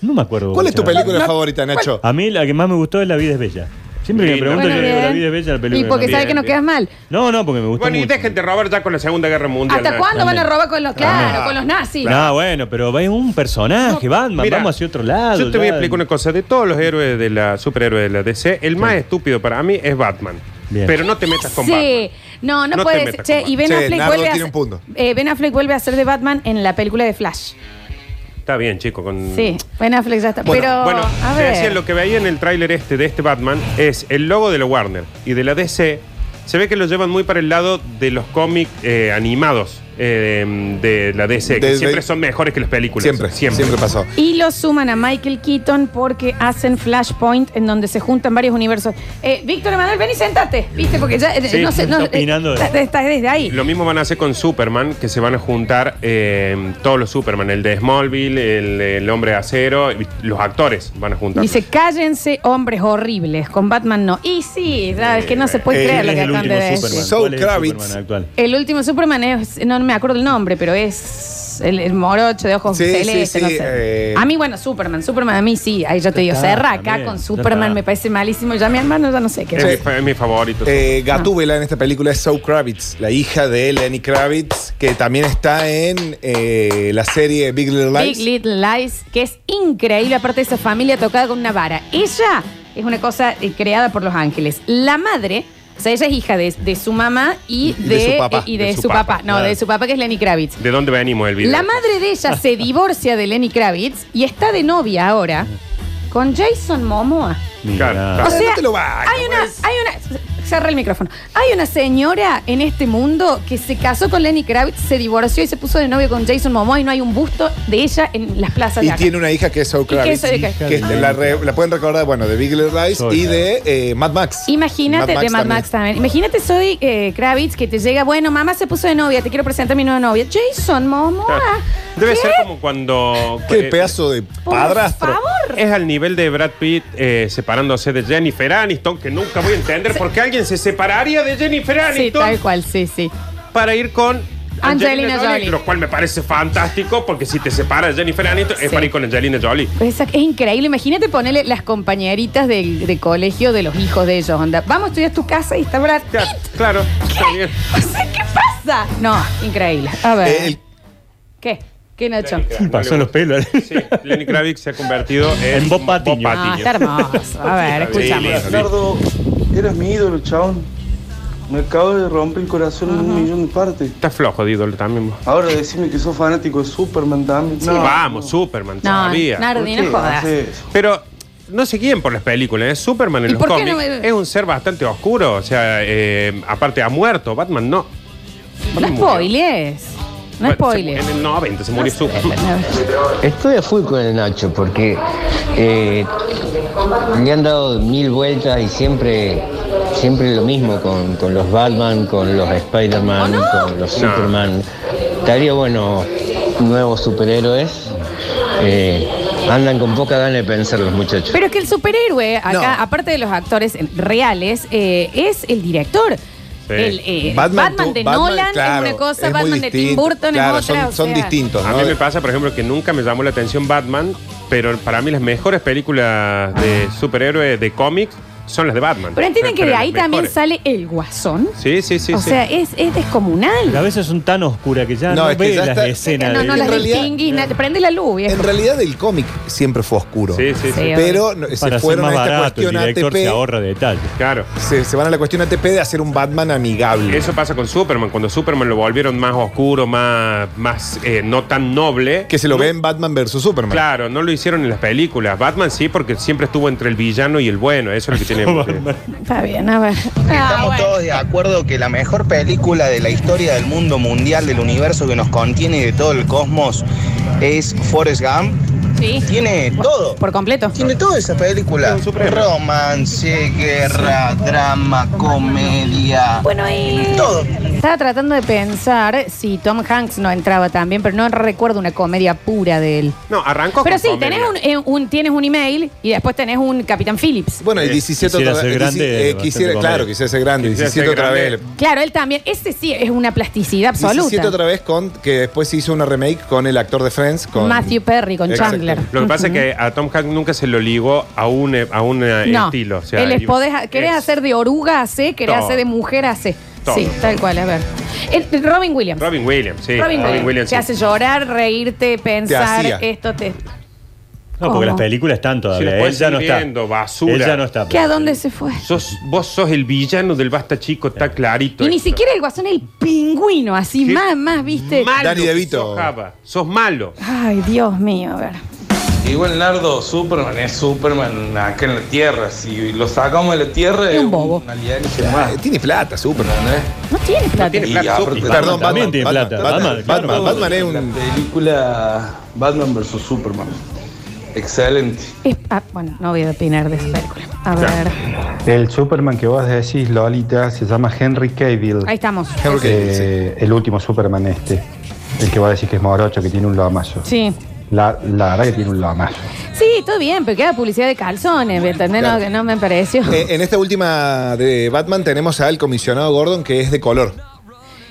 Speaker 1: No me acuerdo.
Speaker 5: ¿Cuál es tu
Speaker 1: mucho.
Speaker 5: película favorita, Nacho?
Speaker 1: A mí la que más me gustó es La vida es bella. Siempre que me
Speaker 3: Bien.
Speaker 1: pregunto
Speaker 2: Bueno,
Speaker 1: yo digo
Speaker 2: bien.
Speaker 1: La vida es bella, la película.
Speaker 2: Y porque
Speaker 1: que
Speaker 2: sabe
Speaker 1: más me
Speaker 3: bien,
Speaker 2: que no
Speaker 3: bien.
Speaker 2: quedas mal.
Speaker 1: gusta. No, no, porque me gusta
Speaker 3: Bueno, y
Speaker 1: mucho.
Speaker 3: dejen de robar ya con la Segunda Guerra Mundial. Ah,
Speaker 2: ¿Hasta
Speaker 3: Nacho.
Speaker 2: cuándo van a
Speaker 1: también.
Speaker 2: robar con los claro, con los nazis?
Speaker 1: No, bueno, pero es un personaje, Batman,
Speaker 3: Mira,
Speaker 1: vamos hacia otro lado.
Speaker 3: Yo te voy a
Speaker 1: ya.
Speaker 3: explicar una cosa. De todos los héroes de la superhéroes de la DC, el más estúpido para mí es Batman.
Speaker 1: Bien.
Speaker 3: Pero no te metas con
Speaker 2: Sí,
Speaker 3: Batman.
Speaker 2: no, no,
Speaker 3: No te
Speaker 2: puede ser.
Speaker 3: metas
Speaker 2: Che,
Speaker 3: con
Speaker 2: y Ben
Speaker 5: Batman. Sí,
Speaker 2: Affleck
Speaker 5: Nardo
Speaker 2: vuelve a
Speaker 5: tiene un
Speaker 2: ser-
Speaker 5: punto.
Speaker 2: eh, Ben Affleck vuelve a ser de Batman en la película de Flash.
Speaker 3: Está bien, chico. Con...
Speaker 2: Sí, Ben Affleck ya está.
Speaker 5: Bueno,
Speaker 2: pero,
Speaker 3: Bueno,
Speaker 2: a
Speaker 3: te
Speaker 2: ver.
Speaker 3: decía, lo que veía en el tráiler este de este Batman es el logo de la Warner y de la DC. Se ve que lo llevan muy para el lado de los cómics eh, animados eh, de la DC, que
Speaker 5: De- de-
Speaker 3: siempre son mejores que las películas.
Speaker 5: Siempre, siempre, pasó.
Speaker 2: Y lo suman a Michael Keaton porque hacen Flashpoint en donde se juntan varios universos. Eh, Víctor Emanuel, ven y sentate, ¿viste? Porque ya eh,
Speaker 1: Sí,
Speaker 2: no sé,
Speaker 1: está
Speaker 2: no,
Speaker 1: opinando de-
Speaker 2: eh, está- está desde ahí.
Speaker 3: Lo mismo van a hacer con Superman, que se van a juntar eh, todos los Superman, el de Smallville, el, el hombre de acero, y los actores van a juntar.
Speaker 2: Dice, cállense hombres horribles, con Batman no. Y sí, ya, es que no se puede
Speaker 5: Eh,
Speaker 2: creer
Speaker 1: ¿Quién
Speaker 2: lo
Speaker 1: es
Speaker 2: que
Speaker 1: el
Speaker 2: acaban de
Speaker 1: último
Speaker 2: decir.
Speaker 1: Superman?
Speaker 5: Zoe
Speaker 1: ¿Cuál es el
Speaker 5: Kravitz.
Speaker 1: Superman actual?
Speaker 2: El último Superman es, no me acuerdo el nombre, pero es el, el morocho de ojos
Speaker 5: Sí, sí,
Speaker 2: celestes,
Speaker 5: sí,
Speaker 2: no sé.
Speaker 5: eh.
Speaker 2: A mí, bueno, Superman, Superman a mí sí, ahí yo te digo,
Speaker 1: está,
Speaker 2: cerra acá
Speaker 1: también,
Speaker 2: con
Speaker 1: ya
Speaker 2: Superman,
Speaker 1: está.
Speaker 2: me parece malísimo, ya mi hermano ya no sé qué.
Speaker 3: es, mi, fa- es mi favorito.
Speaker 5: Eh,
Speaker 1: Ah.
Speaker 5: Gatúbela en esta película es Zoe Kravitz, la hija de Lenny Kravitz, que también está en eh, la serie Big Little Lies.
Speaker 2: Big Little Lies, que es increíble, aparte de esa familia tocada con una vara. Ella es una cosa eh, creada por los ángeles. La madre, o sea, ella es hija de, de su mamá y
Speaker 5: Y
Speaker 2: de,
Speaker 5: de su papá.
Speaker 2: eh, y de
Speaker 3: De su
Speaker 2: su papá.
Speaker 3: papá,
Speaker 2: No, de su papá, que es Lenny Kravitz.
Speaker 3: ¿De dónde venimos el video?
Speaker 2: La madre de ella se divorcia de Lenny Kravitz y está de novia ahora con Jason Momoa.
Speaker 1: Mira.
Speaker 3: Claro,
Speaker 2: O
Speaker 3: claro.
Speaker 5: no
Speaker 2: sea,
Speaker 5: te lo vayas,
Speaker 2: hay una, hay una, cerré el micrófono. Hay una señora en este mundo que se casó con Lenny Kravitz, se divorció y se puso de novio con Jason Momoa y no hay un busto de ella en las plazas
Speaker 5: Y
Speaker 2: de acá.
Speaker 5: tiene una hija que es Zoe
Speaker 2: que
Speaker 5: Kravitz.
Speaker 2: es Zoe Kravitz.
Speaker 5: que
Speaker 1: Hija de-
Speaker 5: la, re- la pueden recordar, bueno, de Big Little Lies
Speaker 1: Zoe
Speaker 5: y de eh, Mad Max.
Speaker 2: Imagínate, de Mad Max también. Imagínate, soy eh, Kravitz que te llega, bueno, mamá se puso de novia, te quiero presentar a mi nueva novia. Jason Momoa.
Speaker 3: Debe
Speaker 2: ¿Qué?
Speaker 3: ser como cuando.
Speaker 5: Qué
Speaker 3: eh,
Speaker 5: pedazo de
Speaker 2: Por
Speaker 5: padrastro.
Speaker 2: favor.
Speaker 3: Es al nivel de Brad Pitt eh, separándose de Jennifer Aniston, que nunca voy a entender por qué alguien se separaría de Jennifer
Speaker 2: Sí,
Speaker 3: Aniston
Speaker 2: tal cual, sí, sí.
Speaker 3: para ir con
Speaker 2: Angelina
Speaker 3: Angelina Jolie,
Speaker 2: Jolie.
Speaker 3: Lo cual me parece fantástico, porque si te separas de Jennifer Aniston, es
Speaker 2: Sí.
Speaker 3: para ir con Angelina Jolie.
Speaker 2: Pues esa- es increíble. Imagínate ponerle las compañeritas del de colegio de los hijos de ellos. Onda, vamos a estudiar a tu casa y está Brad Pitt.
Speaker 3: Ya, claro, está bien.
Speaker 2: O sea, ¿qué pasa? No, increíble. A ver.
Speaker 5: Eh, el-
Speaker 2: ¿Qué? ¿Qué, Nacho?
Speaker 3: Lenny Kravitz.
Speaker 1: Pasó los pelos.
Speaker 3: Sí, Lenny Kravitz se ha convertido en,
Speaker 1: En Bob Patiño.
Speaker 2: Ah, está hermoso. A ver,
Speaker 3: Sí,
Speaker 2: escuchamos.
Speaker 3: listo.
Speaker 9: Leonardo, eras mi ídolo, chabón. Me acabo de romper el corazón en un millón de partes.
Speaker 3: Está flojo, Didol, también.
Speaker 9: Ahora decime que sos fanático de Superman también. No,
Speaker 3: Vamos, Superman,
Speaker 2: No,
Speaker 3: todavía.
Speaker 9: ¿por
Speaker 2: Nardi,
Speaker 9: qué
Speaker 2: no jodas.
Speaker 9: haces eso?
Speaker 3: Pero no se guíen por las películas. ¿eh? Superman
Speaker 2: ¿Y
Speaker 3: en los
Speaker 2: por qué
Speaker 3: cómics
Speaker 2: no me-
Speaker 3: es un ser bastante oscuro. O sea, eh, aparte ha muerto. Batman no.
Speaker 2: No
Speaker 3: Batman murió.
Speaker 2: spoilees. No
Speaker 3: Bueno,
Speaker 2: spoilees.
Speaker 3: se- En el 90 se murió Superman.
Speaker 10: Estoy a full con el Nacho porque eh, le han dado mil vueltas y siempre siempre lo mismo con, con los Batman, con los Spider-Man,
Speaker 2: ¿O no?
Speaker 10: con los
Speaker 3: No.
Speaker 10: Superman. Estaría bueno nuevos superhéroes. eh, andan con poca gana de pensar los muchachos.
Speaker 2: Pero es que el superhéroe, acá,
Speaker 5: No.
Speaker 2: aparte de los actores eh, reales, eh, es el director. El, eh, Batman,
Speaker 5: tú-
Speaker 2: de
Speaker 5: Batman,
Speaker 2: Nolan
Speaker 5: claro,
Speaker 2: es una cosa,
Speaker 5: es muy
Speaker 2: Batman de Tim
Speaker 5: distinto.
Speaker 2: Burton
Speaker 5: Claro,
Speaker 2: es otra.
Speaker 5: Son,
Speaker 2: o
Speaker 5: son
Speaker 2: sea.
Speaker 5: distintos,
Speaker 3: A
Speaker 5: ¿no?
Speaker 3: mí me pasa, por ejemplo, que nunca me llamó la atención Batman, pero para mí las mejores películas de superhéroes de cómics son las de Batman.
Speaker 2: Pero entienden que de
Speaker 3: las
Speaker 2: ahí también
Speaker 3: mejores.
Speaker 2: sale el guasón.
Speaker 3: Sí, sí, sí.
Speaker 2: o
Speaker 3: sí.
Speaker 2: sea, es, es descomunal.
Speaker 1: A veces son tan oscuras que ya
Speaker 5: No,
Speaker 1: no,
Speaker 5: es que
Speaker 1: ves
Speaker 5: ya
Speaker 1: las
Speaker 5: está-
Speaker 1: escenas.
Speaker 2: No,
Speaker 1: de-
Speaker 2: no
Speaker 5: En
Speaker 2: las
Speaker 5: realidad-
Speaker 2: distinguís, na- prende la luz. viejo.
Speaker 5: En realidad el cómic siempre fue oscuro.
Speaker 3: sí, sí, sí.
Speaker 2: Sí.
Speaker 5: Pero no-
Speaker 1: Para
Speaker 5: se fueron a
Speaker 1: ser más
Speaker 5: esta
Speaker 1: barato, el
Speaker 5: cuestión
Speaker 1: director se
Speaker 5: ATP.
Speaker 1: ahorra detalles.
Speaker 3: Claro.
Speaker 5: Se, se van a la cuestión ATP de hacer un Batman amigable.
Speaker 3: Eso pasa con Superman. Cuando Superman lo volvieron más oscuro, más, más eh, no tan noble.
Speaker 5: Que se lo
Speaker 3: no-
Speaker 5: ve en Batman vs Superman.
Speaker 3: Claro, no lo hicieron en las películas. Batman sí, porque siempre estuvo entre el villano y el bueno. Eso es lo que te tenemos.
Speaker 2: Está bien, a ver. Ah,
Speaker 11: Estamos todos de acuerdo que la mejor película de la historia del mundo mundial, del universo que nos contiene y de todo el cosmos, es Forrest Gump. Tiene todo.
Speaker 2: Por completo.
Speaker 11: Tiene toda esa película. Romance, guerra, drama, comedia.
Speaker 2: Bueno, y.
Speaker 11: Todo.
Speaker 2: Estaba tratando de pensar si Tom Hanks no entraba también, pero no recuerdo una comedia pura de él.
Speaker 3: No, arrancó
Speaker 2: Pero
Speaker 3: con
Speaker 2: sí,
Speaker 3: comedia.
Speaker 2: tenés un, eh, un- tienes un email y después tenés un Capitán Phillips.
Speaker 5: Bueno, y
Speaker 3: Eh,
Speaker 5: 17
Speaker 3: quisiera
Speaker 5: otra
Speaker 3: ser
Speaker 5: vez.
Speaker 3: grande,
Speaker 5: eh,
Speaker 3: bastante
Speaker 5: quisiera,
Speaker 3: comedia.
Speaker 5: claro, quisiera ser grande.
Speaker 3: Quisiera
Speaker 5: 17
Speaker 3: ser
Speaker 5: otra
Speaker 3: grande.
Speaker 5: vez.
Speaker 2: Claro, él también. Ese sí es una plasticidad absoluta.
Speaker 5: 17 otra vez con, que después se hizo una remake con el actor de Friends. Con,
Speaker 2: Matthew Perry con
Speaker 5: Exacto.
Speaker 2: Chandler.
Speaker 3: Lo que pasa es que a Tom Hanks nunca se lo ligó a un, eh, a un eh,
Speaker 2: no,
Speaker 3: estilo. O sea,
Speaker 2: él es
Speaker 3: y-
Speaker 2: podés- querés
Speaker 3: es-
Speaker 2: hacer de oruga, hace, querés
Speaker 3: Todo.
Speaker 2: hacer de mujer, hace.
Speaker 3: Todo.
Speaker 2: Sí, tal cual, a ver. El- Robin Williams.
Speaker 3: Robin Williams, sí.
Speaker 2: Robin, Williams.
Speaker 3: sí.
Speaker 2: Te hace llorar, reírte, pensar,
Speaker 3: hacía.
Speaker 2: esto te...
Speaker 1: No,
Speaker 2: ¿Cómo?
Speaker 1: porque las películas están
Speaker 3: Si
Speaker 1: todavía.
Speaker 3: las
Speaker 1: Él
Speaker 3: puedes
Speaker 1: ya no
Speaker 3: seguir
Speaker 1: está.
Speaker 3: viendo, basura.
Speaker 1: Él ya no está.
Speaker 2: ¿Qué a dónde se fue?
Speaker 3: Sos, vos sos el villano del Basta Chico, está clarito.
Speaker 2: Y ni
Speaker 3: esto.
Speaker 2: siquiera el guasón, el pingüino, así,
Speaker 3: Qué
Speaker 2: más, más, viste.
Speaker 3: Malo que Sos, Java. Sos malo.
Speaker 2: Ay, Dios mío, a ver.
Speaker 9: Igual Nardo, Superman es Superman acá en la Tierra. Si lo sacamos de la Tierra es un bobo. este
Speaker 5: Eh, Tiene plata, Superman, ¿eh?
Speaker 2: No tiene plata.
Speaker 5: Perdón, Batman. Batman, Batman, Batman, Batman es
Speaker 9: La
Speaker 5: un.
Speaker 9: película Batman vs Superman. Excelente.
Speaker 2: Es- ah, bueno, no voy a opinar de esa película. A ver.
Speaker 12: El Superman que vos decís, Lolita, se llama Henry Cavill.
Speaker 2: Ahí estamos.
Speaker 12: Eh, El último Superman este. El que vos decís que es morocho, que tiene un lomazo.
Speaker 2: Sí.
Speaker 12: La, la verdad que tiene un lomazo.
Speaker 2: Sí, todo bien, pero queda publicidad de calzones, ¿me entendés? No, que no me pareció.
Speaker 5: Eh, en esta última de Batman tenemos al comisionado Gordon que es de color.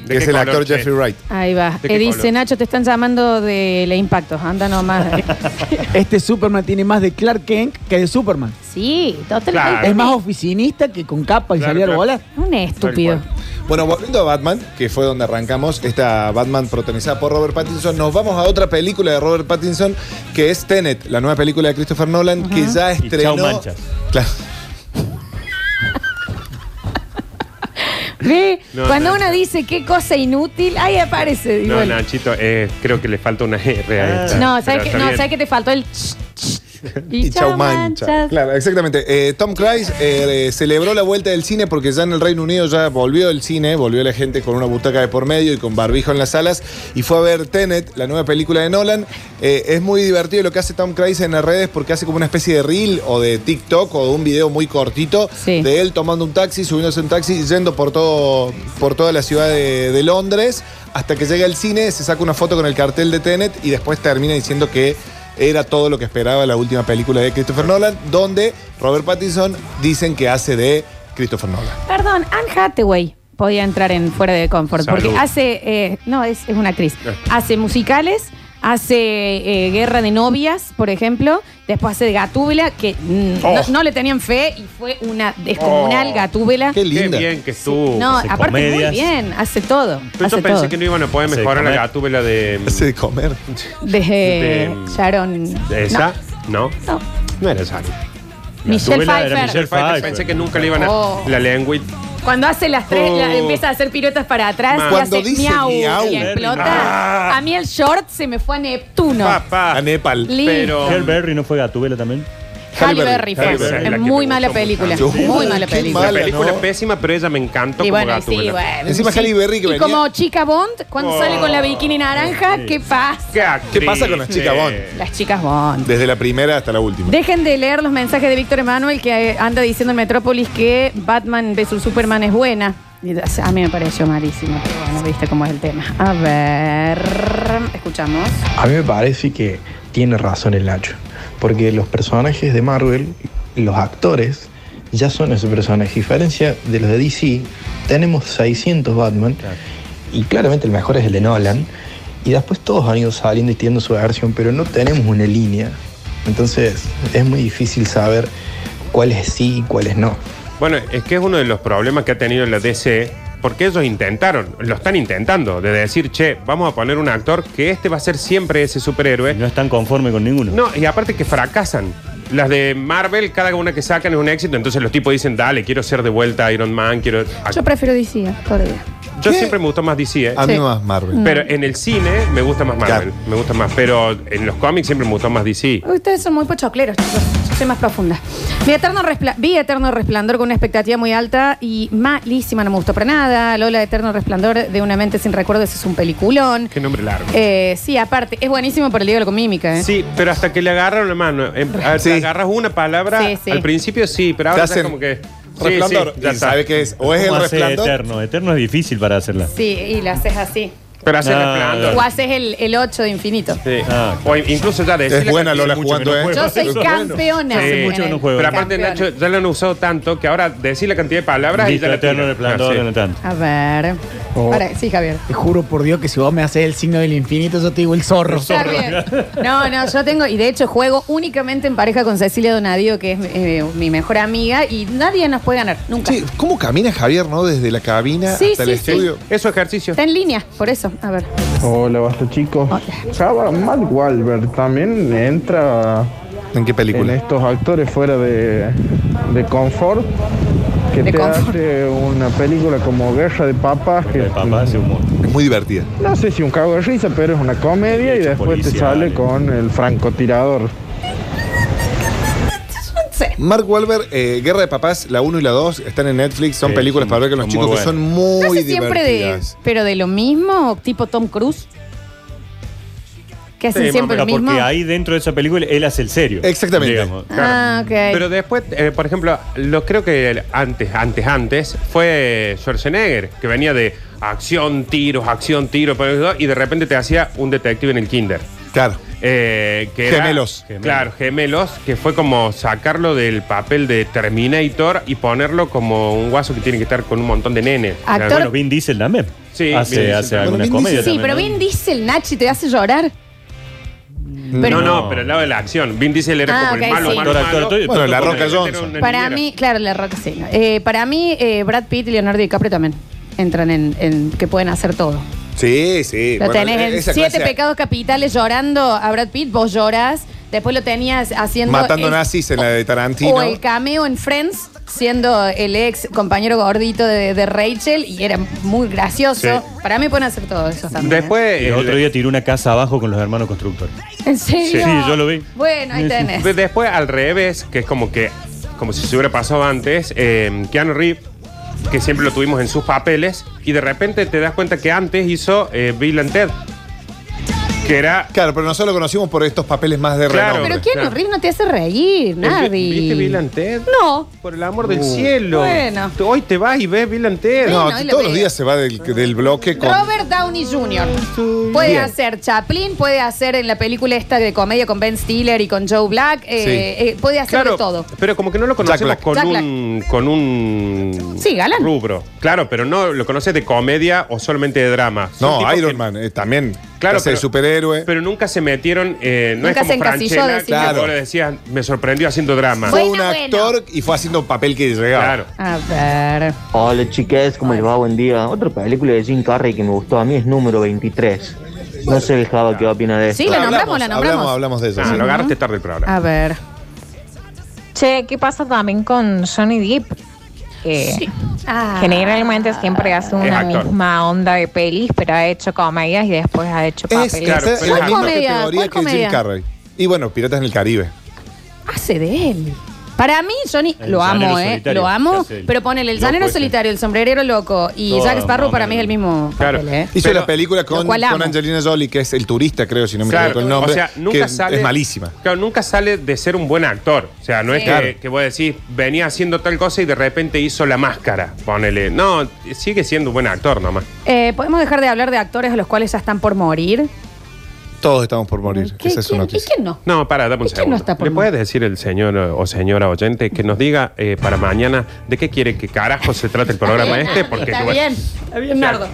Speaker 5: Que es el
Speaker 3: color,
Speaker 5: actor
Speaker 3: che?
Speaker 5: Jeffrey Wright.
Speaker 2: Ahí va.
Speaker 5: ¿De
Speaker 2: Eh,
Speaker 5: qué
Speaker 2: dice,
Speaker 5: color?
Speaker 2: Nacho, te están llamando de la Impactos. Anda nomás.
Speaker 7: Este Superman tiene más de Clark Kent que de Superman.
Speaker 2: sí, totalmente.
Speaker 7: Es más oficinista que con capa y salir a volar.
Speaker 2: Un estúpido.
Speaker 5: Bueno, volviendo a Batman, que fue donde arrancamos, esta Batman protagonizada por Robert Pattinson, nos vamos a otra película de Robert Pattinson, que es Tenet, la nueva película de Christopher Nolan, que ya
Speaker 1: Y chau,
Speaker 5: estrenó.
Speaker 1: manchas.
Speaker 5: Claro.
Speaker 2: Ve,
Speaker 3: No,
Speaker 2: cuando
Speaker 3: no.
Speaker 2: uno dice qué cosa inútil, ahí aparece. y
Speaker 3: No,
Speaker 2: bueno.
Speaker 3: Nachito, eh, creo que le falta una R a esta.
Speaker 2: No, ¿sabes
Speaker 3: Pero
Speaker 2: que,
Speaker 3: está
Speaker 2: no,
Speaker 3: bien.
Speaker 2: ¿sabes que te faltó el ch, ch, y, chau manchas?
Speaker 5: Claro, exactamente. Eh, Tom Cruise eh, eh, celebró la vuelta del cine porque ya en el Reino Unido ya volvió el cine, volvió la gente con una butaca de por medio y con barbijo en las salas y fue a ver Tenet, la nueva película de Nolan. Eh, es muy divertido lo que hace Tom Cruise en las redes porque hace como una especie de reel o de TikTok o de un video muy cortito de él tomando un taxi, subiéndose a un taxi y yendo por, todo, por toda la ciudad de, de Londres hasta que llega al cine, se saca una foto con el cartel de Tenet y después termina diciendo que era todo lo que esperaba la última película de Christopher Nolan, donde Robert Pattinson dicen que hace de Christopher Nolan.
Speaker 3: Ah.
Speaker 2: Perdón, Anne Hathaway podía entrar en fuera de confort
Speaker 5: Salud.
Speaker 2: porque hace, eh, no, es, es una actriz,
Speaker 5: Ah.
Speaker 2: hace musicales, hace eh, Guerra de Novias, por ejemplo, después hace Gatúbela, que mm,
Speaker 3: Oh.
Speaker 2: no, no le tenían fe y fue una descomunal
Speaker 3: Oh.
Speaker 2: Gatúbela.
Speaker 3: Qué bien que estuvo.
Speaker 2: No,
Speaker 3: Hace
Speaker 2: aparte
Speaker 3: comedias.
Speaker 2: muy bien, hace todo,
Speaker 3: Pero
Speaker 2: hace
Speaker 3: yo pensé
Speaker 2: todo.
Speaker 3: que no iban a poder
Speaker 5: Hace de
Speaker 3: mejorar la
Speaker 5: comer.
Speaker 3: gatúbela de.
Speaker 5: Hace de comer.
Speaker 2: De,
Speaker 3: de-
Speaker 2: Sharon.
Speaker 3: ¿De esa? No.
Speaker 2: No.
Speaker 3: No era esa.
Speaker 1: pues.
Speaker 2: Michelle
Speaker 3: Gatúbela
Speaker 2: Pfeiffer.
Speaker 3: era Michelle Pfeiffer. Pensé que nunca le iban a.
Speaker 2: Oh.
Speaker 3: La lengua.
Speaker 2: Cuando hace las tres,
Speaker 3: Oh.
Speaker 2: la- empieza a hacer piruetas para atrás y
Speaker 3: Cuando
Speaker 2: hace
Speaker 3: dice
Speaker 2: miau,
Speaker 3: miau.
Speaker 2: y explota. A mí el short se me fue a Neptuno.
Speaker 3: Papá.
Speaker 5: A Nepal.
Speaker 2: Listo.
Speaker 1: Pero. Halle Berry no fue Gatubela también.
Speaker 2: Halle Berry fue.
Speaker 1: Halle Berry,
Speaker 2: Es
Speaker 1: la que
Speaker 2: muy
Speaker 1: me
Speaker 2: mala
Speaker 1: gustó
Speaker 2: película.
Speaker 1: mucho.
Speaker 2: Muy mala
Speaker 3: Qué
Speaker 2: película.
Speaker 3: La película pésima, pero ella me encantó
Speaker 2: Y
Speaker 3: como
Speaker 2: bueno, sí,
Speaker 3: Gatúbela.
Speaker 2: bueno. sí. y como chica Bond, cuando
Speaker 3: Oh.
Speaker 2: sale con la bikini naranja, ¿qué pasa?
Speaker 5: ¿Qué pasa con las
Speaker 3: Sí.
Speaker 5: chicas Bond?
Speaker 2: Las chicas Bond.
Speaker 5: Desde la primera hasta la última.
Speaker 2: Dejen de leer los mensajes de Víctor Emanuel que eh, anda diciendo en Metrópolis que Batman vs Superman es buena. Y, o sea, A mí me pareció malísimo, pero bueno, viste cómo es el tema. A ver, escuchamos.
Speaker 13: A mí me parece que tiene razón el Nacho, porque los personajes de Marvel, los actores, ya son esos personajes. A diferencia de los de DC, tenemos 600 Batman, y claramente el mejor es el de Nolan, y después todos han ido saliendo y teniendo su versión, pero no tenemos una línea. Entonces es muy difícil saber cuáles sí y cuáles no.
Speaker 3: Bueno, es que es uno de los problemas que ha tenido la DC, porque ellos intentaron, lo están intentando, de decir, che, vamos a poner un actor que este va a ser siempre ese superhéroe.
Speaker 1: No están conformes con ninguno.
Speaker 3: No, y aparte que fracasan. Las de Marvel, cada una que sacan es un éxito, entonces los tipos dicen, dale, quiero ser de vuelta Iron Man, quiero...
Speaker 2: Yo prefiero DC todavía.
Speaker 3: Yo siempre me gustó más DC, ¿eh?
Speaker 5: A mí Sí. más Marvel.
Speaker 3: Pero en el cine me gusta más Marvel. Me gusta más. Pero en los cómics siempre me gustó más DC.
Speaker 2: Ustedes son muy pochocleros, chicos. Yo soy más profunda. Mi eterno respla- vi Eterno Resplandor con una expectativa muy alta y malísima, no me gustó para nada. Lola, Eterno Resplandor de una mente sin recuerdos, es un peliculón.
Speaker 3: Qué nombre largo.
Speaker 2: Eh, sí, aparte, es buenísimo para el diálogo con mímica, ¿eh?
Speaker 3: Sí, pero hasta que le agarran la mano. Em- a- te agarras una palabra.
Speaker 2: Sí, sí.
Speaker 3: Al principio sí, pero
Speaker 5: Te
Speaker 3: ahora ya
Speaker 5: hacen
Speaker 3: es como que. Sí,
Speaker 5: resplandor
Speaker 3: sí, ya
Speaker 5: y
Speaker 3: está.
Speaker 5: sabe qué es. O es el
Speaker 1: ¿Cómo hace
Speaker 5: resplandor.
Speaker 1: Eterno. Eterno es difícil para hacerla.
Speaker 2: Sí, y la haces así.
Speaker 3: Pero hace
Speaker 1: No.
Speaker 3: resplandor.
Speaker 2: O haces el, el 8 de infinito.
Speaker 3: Sí.
Speaker 1: Ah,
Speaker 3: O incluso ya decirle
Speaker 5: Es buena
Speaker 3: que-
Speaker 5: Lola
Speaker 3: mucho que
Speaker 5: jugando,
Speaker 3: no
Speaker 5: ¿eh?
Speaker 3: juega.
Speaker 2: Yo soy campeona.
Speaker 3: Sí.
Speaker 2: en el-
Speaker 3: Pero aparte, Nacho, ya lo han usado tanto que ahora decís la cantidad de palabras
Speaker 1: Listo,
Speaker 3: y ya la
Speaker 1: Eterno
Speaker 3: tiran.
Speaker 1: Resplandor,
Speaker 3: Ah, sí.
Speaker 1: no tanto.
Speaker 2: A ver.
Speaker 7: Oh.
Speaker 2: Para- sí, Javier.
Speaker 7: Te juro por Dios que si vos me haces el signo del infinito, yo te digo el zorro.
Speaker 2: Está bien. No, no, yo tengo, y de hecho juego únicamente en pareja con Cecilia Donadio, que es eh, mi mejor amiga, y nadie nos puede ganar, nunca.
Speaker 5: Sí, ¿Cómo camina Javier, no? Desde la cabina
Speaker 2: Sí,
Speaker 5: hasta
Speaker 2: sí,
Speaker 5: el
Speaker 2: sí.
Speaker 5: estudio.
Speaker 3: Eso ejercicio.
Speaker 2: Está en línea, por eso. A ver.
Speaker 13: Hola, basta chicos. Acaba Matt Wahlberg también entra.
Speaker 5: ¿En qué película?
Speaker 13: En estos actores fuera de, de confort. Que
Speaker 2: De
Speaker 13: te
Speaker 2: confort.
Speaker 13: hace una película como Guerra de Papas. que
Speaker 3: este.
Speaker 5: Es muy divertida.
Speaker 13: No sé si un cago de risa, pero es una comedia y después te
Speaker 5: policial.
Speaker 13: sale con el francotirador.
Speaker 5: Mark Wahlberg, eh, Guerra de Papás, la 1 y la 2 están en Netflix, son
Speaker 3: Sí,
Speaker 5: películas
Speaker 3: son-
Speaker 5: para ver con los
Speaker 3: son
Speaker 5: chicos
Speaker 3: muy
Speaker 5: que son
Speaker 2: No
Speaker 5: muy
Speaker 2: sé siempre de.
Speaker 5: divertidas.
Speaker 2: Pero de lo mismo, tipo Tom Cruise. Que hacen
Speaker 1: Sí,
Speaker 2: siempre lo
Speaker 1: mamá,
Speaker 2: mismo.
Speaker 1: Porque ahí dentro de esa película él hace el serio.
Speaker 5: Exactamente.
Speaker 1: Digamos.
Speaker 2: Ah, ok.
Speaker 3: Pero después, eh, por ejemplo, lo creo que el- antes, antes, antes, fue Schwarzenegger, que venía de acción, tiros, acción, tiros, pero- y de repente te hacía un detective en el kinder.
Speaker 5: Claro.
Speaker 3: Eh, que era-
Speaker 5: Gemelos.
Speaker 3: Claro, gemelos, que fue como sacarlo del papel de Terminator y ponerlo como un guaso que tiene que estar con un montón de nenes.
Speaker 2: Actor- Bueno,
Speaker 3: Vin
Speaker 1: Diesel también.
Speaker 3: Sí,
Speaker 1: Hace-
Speaker 3: Vin Diesel
Speaker 1: hace
Speaker 3: también.
Speaker 1: alguna Bueno, Vin comedia
Speaker 2: sí, pero Vin Diesel, Nachi, te hace llorar.
Speaker 5: Mm.
Speaker 2: pero-
Speaker 3: no, no, pero el lado de la acción. Vin Diesel era
Speaker 2: Ah,
Speaker 3: como
Speaker 2: ok,
Speaker 3: el malo,
Speaker 2: sí.
Speaker 3: malo,
Speaker 1: Actor,
Speaker 3: malo.
Speaker 1: actor, estoy-
Speaker 5: Bueno, La Roca
Speaker 3: Era un
Speaker 5: Johnson.
Speaker 2: Para
Speaker 3: nenero.
Speaker 2: mí, claro, la roca sí. no. Eh, para mí, eh, Brad Pitt y Leonardo DiCaprio también entran en, en que pueden hacer todo.
Speaker 5: Sí, sí.
Speaker 2: Lo
Speaker 5: Bueno, e-
Speaker 2: tenés en
Speaker 5: esa
Speaker 2: Siete
Speaker 5: clase-
Speaker 2: Pecados Capitales llorando a Brad Pitt, vos lloras. Después lo tenías haciendo.
Speaker 5: Matando
Speaker 2: el-
Speaker 5: nazis en la de Tarantino.
Speaker 2: O el cameo en Friends, siendo el ex compañero gordito de, de Rachel, y era muy gracioso.
Speaker 1: Sí.
Speaker 2: Para mí pueden hacer todo eso también. ¿eh?
Speaker 1: El otro día tiró una casa abajo con los hermanos constructores.
Speaker 2: ¿En serio?
Speaker 1: Sí, yo lo vi.
Speaker 2: Bueno, ahí tenés.
Speaker 3: Ve- Después, al revés, que es como que, como si se hubiera pasado antes, eh, Keanu Reeves, que siempre lo tuvimos en sus papeles, y de repente te das cuenta que antes hizo eh, Bill and Ted. Que era.
Speaker 5: Claro, pero nosotros lo conocimos por estos papeles más de
Speaker 3: Claro.
Speaker 5: renombre.
Speaker 2: Pero ¿quién
Speaker 3: claro.
Speaker 2: no te hace reír, nadie.
Speaker 3: ¿Viste Bill and Ted?
Speaker 2: No.
Speaker 3: Por el amor del
Speaker 5: Uh.
Speaker 3: cielo.
Speaker 2: Bueno.
Speaker 3: Tú Hoy te vas y ves Bill and Ted.
Speaker 2: Bueno,
Speaker 5: No,
Speaker 2: ahí lo
Speaker 5: todos los
Speaker 2: veo.
Speaker 5: días se va del, del bloque con.
Speaker 2: Robert Downey Jr. Puede
Speaker 5: Bien.
Speaker 2: hacer Chaplin, puede hacer en la película esta de comedia con Ben Stiller y con Joe Black, eh,
Speaker 3: Sí.
Speaker 2: eh, puede hacer
Speaker 3: Claro,
Speaker 2: de todo.
Speaker 3: pero como que no lo conocemos
Speaker 2: Black.
Speaker 3: con
Speaker 2: Jack
Speaker 3: un, con un
Speaker 2: Sí, galán.
Speaker 3: rubro. Claro, pero no lo conoces de comedia o solamente de drama. Son
Speaker 5: No,
Speaker 3: tipos
Speaker 5: Iron
Speaker 3: que-
Speaker 5: Man eh, también.
Speaker 3: Claro,
Speaker 5: Clase de
Speaker 3: pero-
Speaker 5: superhéroe.
Speaker 3: Pero nunca se metieron, eh, no
Speaker 2: Nunca
Speaker 3: es
Speaker 2: se
Speaker 3: como
Speaker 2: encasilló,
Speaker 3: Franchella,
Speaker 2: decís.
Speaker 3: que vos
Speaker 5: Claro.
Speaker 3: le decías, me sorprendió haciendo drama.
Speaker 5: Fue
Speaker 2: Bueno,
Speaker 5: un actor y fue Ah, haciendo papel que llegaba.
Speaker 3: Claro.
Speaker 2: A ver.
Speaker 14: Hola chiques, ¿cómo les va? Buen día. Otra película de Jim Carrey que me gustó a mí es número 23. No sé el Java qué opina de esto.
Speaker 2: Sí, la nombramos, la nombramos.
Speaker 5: Hablamos, hablamos de eso.
Speaker 3: Ah,
Speaker 5: sí.
Speaker 3: lo agarraste tarde el programa.
Speaker 2: A ver.
Speaker 15: Che, ¿qué pasa también con Johnny Depp? Que
Speaker 2: Ah.
Speaker 15: generalmente siempre hace
Speaker 3: Es
Speaker 15: una
Speaker 3: actor.
Speaker 15: misma onda de pelis, pero ha hecho comedias y después ha hecho
Speaker 5: Es
Speaker 15: papeles.
Speaker 5: claro, pero es la misma
Speaker 2: comedia?
Speaker 5: categoría
Speaker 2: ¿Cuál
Speaker 5: que Jim
Speaker 2: comedia?
Speaker 5: Carrey. Y bueno, Piratas en el Caribe.
Speaker 2: Hace de él. Para mí, Johnny,
Speaker 5: El
Speaker 2: lo amo,
Speaker 5: llanero
Speaker 2: ¿eh?
Speaker 5: solitario,
Speaker 2: Lo amo,
Speaker 5: que hace el
Speaker 2: pero ponele el
Speaker 5: loco
Speaker 2: llanero
Speaker 5: ese.
Speaker 2: solitario, el sombrerero loco y
Speaker 5: Todo,
Speaker 2: Jack Sparrow
Speaker 5: más
Speaker 2: para mí es el mismo. eh.
Speaker 3: Claro.
Speaker 5: Hizo
Speaker 3: Pero-
Speaker 5: la película con,
Speaker 2: lo cual
Speaker 5: con
Speaker 2: amo.
Speaker 5: Angelina Jolie, que es El Turista, creo, si no me
Speaker 3: Claro,
Speaker 5: equivoco el nombre.
Speaker 3: o sea, nunca
Speaker 5: que es-
Speaker 3: sale.
Speaker 5: Es malísima.
Speaker 3: Claro, nunca sale de ser un buen actor. O sea, no es
Speaker 5: Sí.
Speaker 3: que,
Speaker 5: Claro.
Speaker 3: que vos decís, venía haciendo tal cosa y de repente hizo la máscara. Ponele. No, sigue siendo un buen actor nomás.
Speaker 2: Eh, ¿Podemos dejar de hablar de actores a los cuales ya están por morir?
Speaker 5: Todos estamos por morir.
Speaker 2: ¿Qué-
Speaker 5: Esa es su
Speaker 2: quién- ¿Y
Speaker 5: noticia.
Speaker 2: quién no?
Speaker 3: No, para, dame un
Speaker 2: quién
Speaker 3: segundo.
Speaker 2: no está por
Speaker 3: ¿Le puedes decir el señor eh, o señora oyente que nos diga eh, para mañana de qué quiere que carajo se trate el programa este? Porque
Speaker 2: Está
Speaker 3: bueno,
Speaker 2: bien, está bien, Nardo.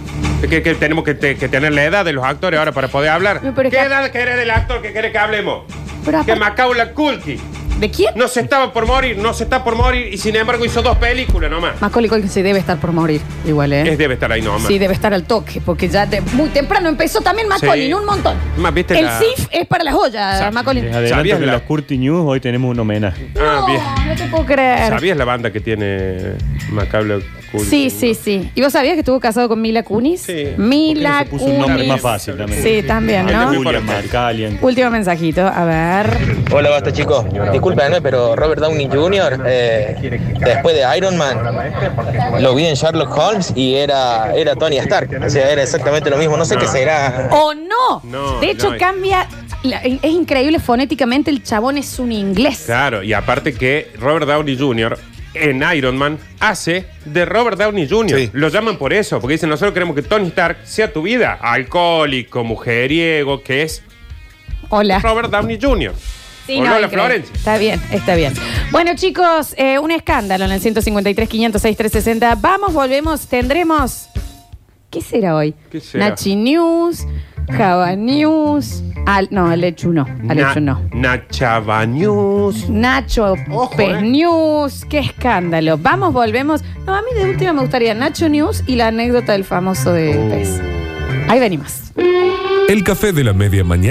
Speaker 3: que, que tenemos que, te- que tener la edad de los actores ahora para poder hablar.
Speaker 2: No, pero es
Speaker 3: ¿Qué
Speaker 2: que-
Speaker 3: edad querés del actor que quiere que hablemos?
Speaker 2: Pero
Speaker 3: que Macaula Culkin.
Speaker 2: ¿De quién?
Speaker 3: No se estaba por morir, no se está por morir y sin embargo hizo dos películas nomás.
Speaker 2: Macaulay Culkin sí debe estar por morir, igual, ¿eh?
Speaker 3: Es, debe estar ahí nomás.
Speaker 2: Sí, debe estar al toque, porque ya de- muy temprano empezó también Macaulay,
Speaker 3: Sí.
Speaker 2: un montón.
Speaker 3: Más, ¿viste
Speaker 2: el
Speaker 3: la-
Speaker 2: CIF es para las joyas, Macaulay.
Speaker 1: Les adelanto
Speaker 3: ¿Sabías
Speaker 1: que
Speaker 3: la-
Speaker 1: los Curti News hoy tenemos un homenaje.
Speaker 3: Ah, bien.
Speaker 2: No te puedo creer.
Speaker 3: ¿Sabías la banda que tiene Macaula Kunis.
Speaker 2: Sí, sí, sí. ¿Y vos sabías que estuvo casado con Mila Kunis? Sí. Mila
Speaker 1: Puso un nombre
Speaker 2: Kunis.
Speaker 1: más fácil también.
Speaker 2: Sí, también, ¿no?
Speaker 1: Julian Marcalian.
Speaker 2: Último mensajito, a ver.
Speaker 11: Hola, basta chicos. Disculpenme, pero Robert Downey Jr., eh, después de Iron Man, lo vi en Sherlock Holmes y era, era Tony Stark. O sea, era exactamente lo mismo. No sé qué será.
Speaker 2: ¡O ¡Oh, no!
Speaker 3: No,
Speaker 2: de hecho,
Speaker 3: no.
Speaker 2: cambia. la- es increíble fonéticamente, el chabón es un inglés.
Speaker 3: Claro, y aparte que Robert Downey Jr. en Iron Man hace de Robert Downey Jr. Lo llaman por eso, porque dicen, nosotros queremos que Tony Stark sea tu vida, alcohólico, mujeriego, que es
Speaker 2: Hola.
Speaker 3: Robert Downey Jr.
Speaker 2: Sí,
Speaker 3: O
Speaker 2: no,
Speaker 3: Lola
Speaker 2: increíble.
Speaker 3: Florencia.
Speaker 2: Está bien, está bien. Bueno, chicos, eh, un escándalo en el 153, 506, 360. Vamos, volvemos, tendremos. ¿Qué será hoy?
Speaker 3: ¿Qué será?
Speaker 2: Nachi News, Java News. Al, no, Alechu Ah, no. Alechu no.
Speaker 3: Nachava News.
Speaker 2: Nacho Pes
Speaker 3: eh.
Speaker 2: News, qué escándalo. Vamos, volvemos. No, a mí de última me gustaría Nacho News y la
Speaker 3: Oh.
Speaker 2: anécdota del famoso de Pez. Ahí venimos.
Speaker 16: El café de la media mañana.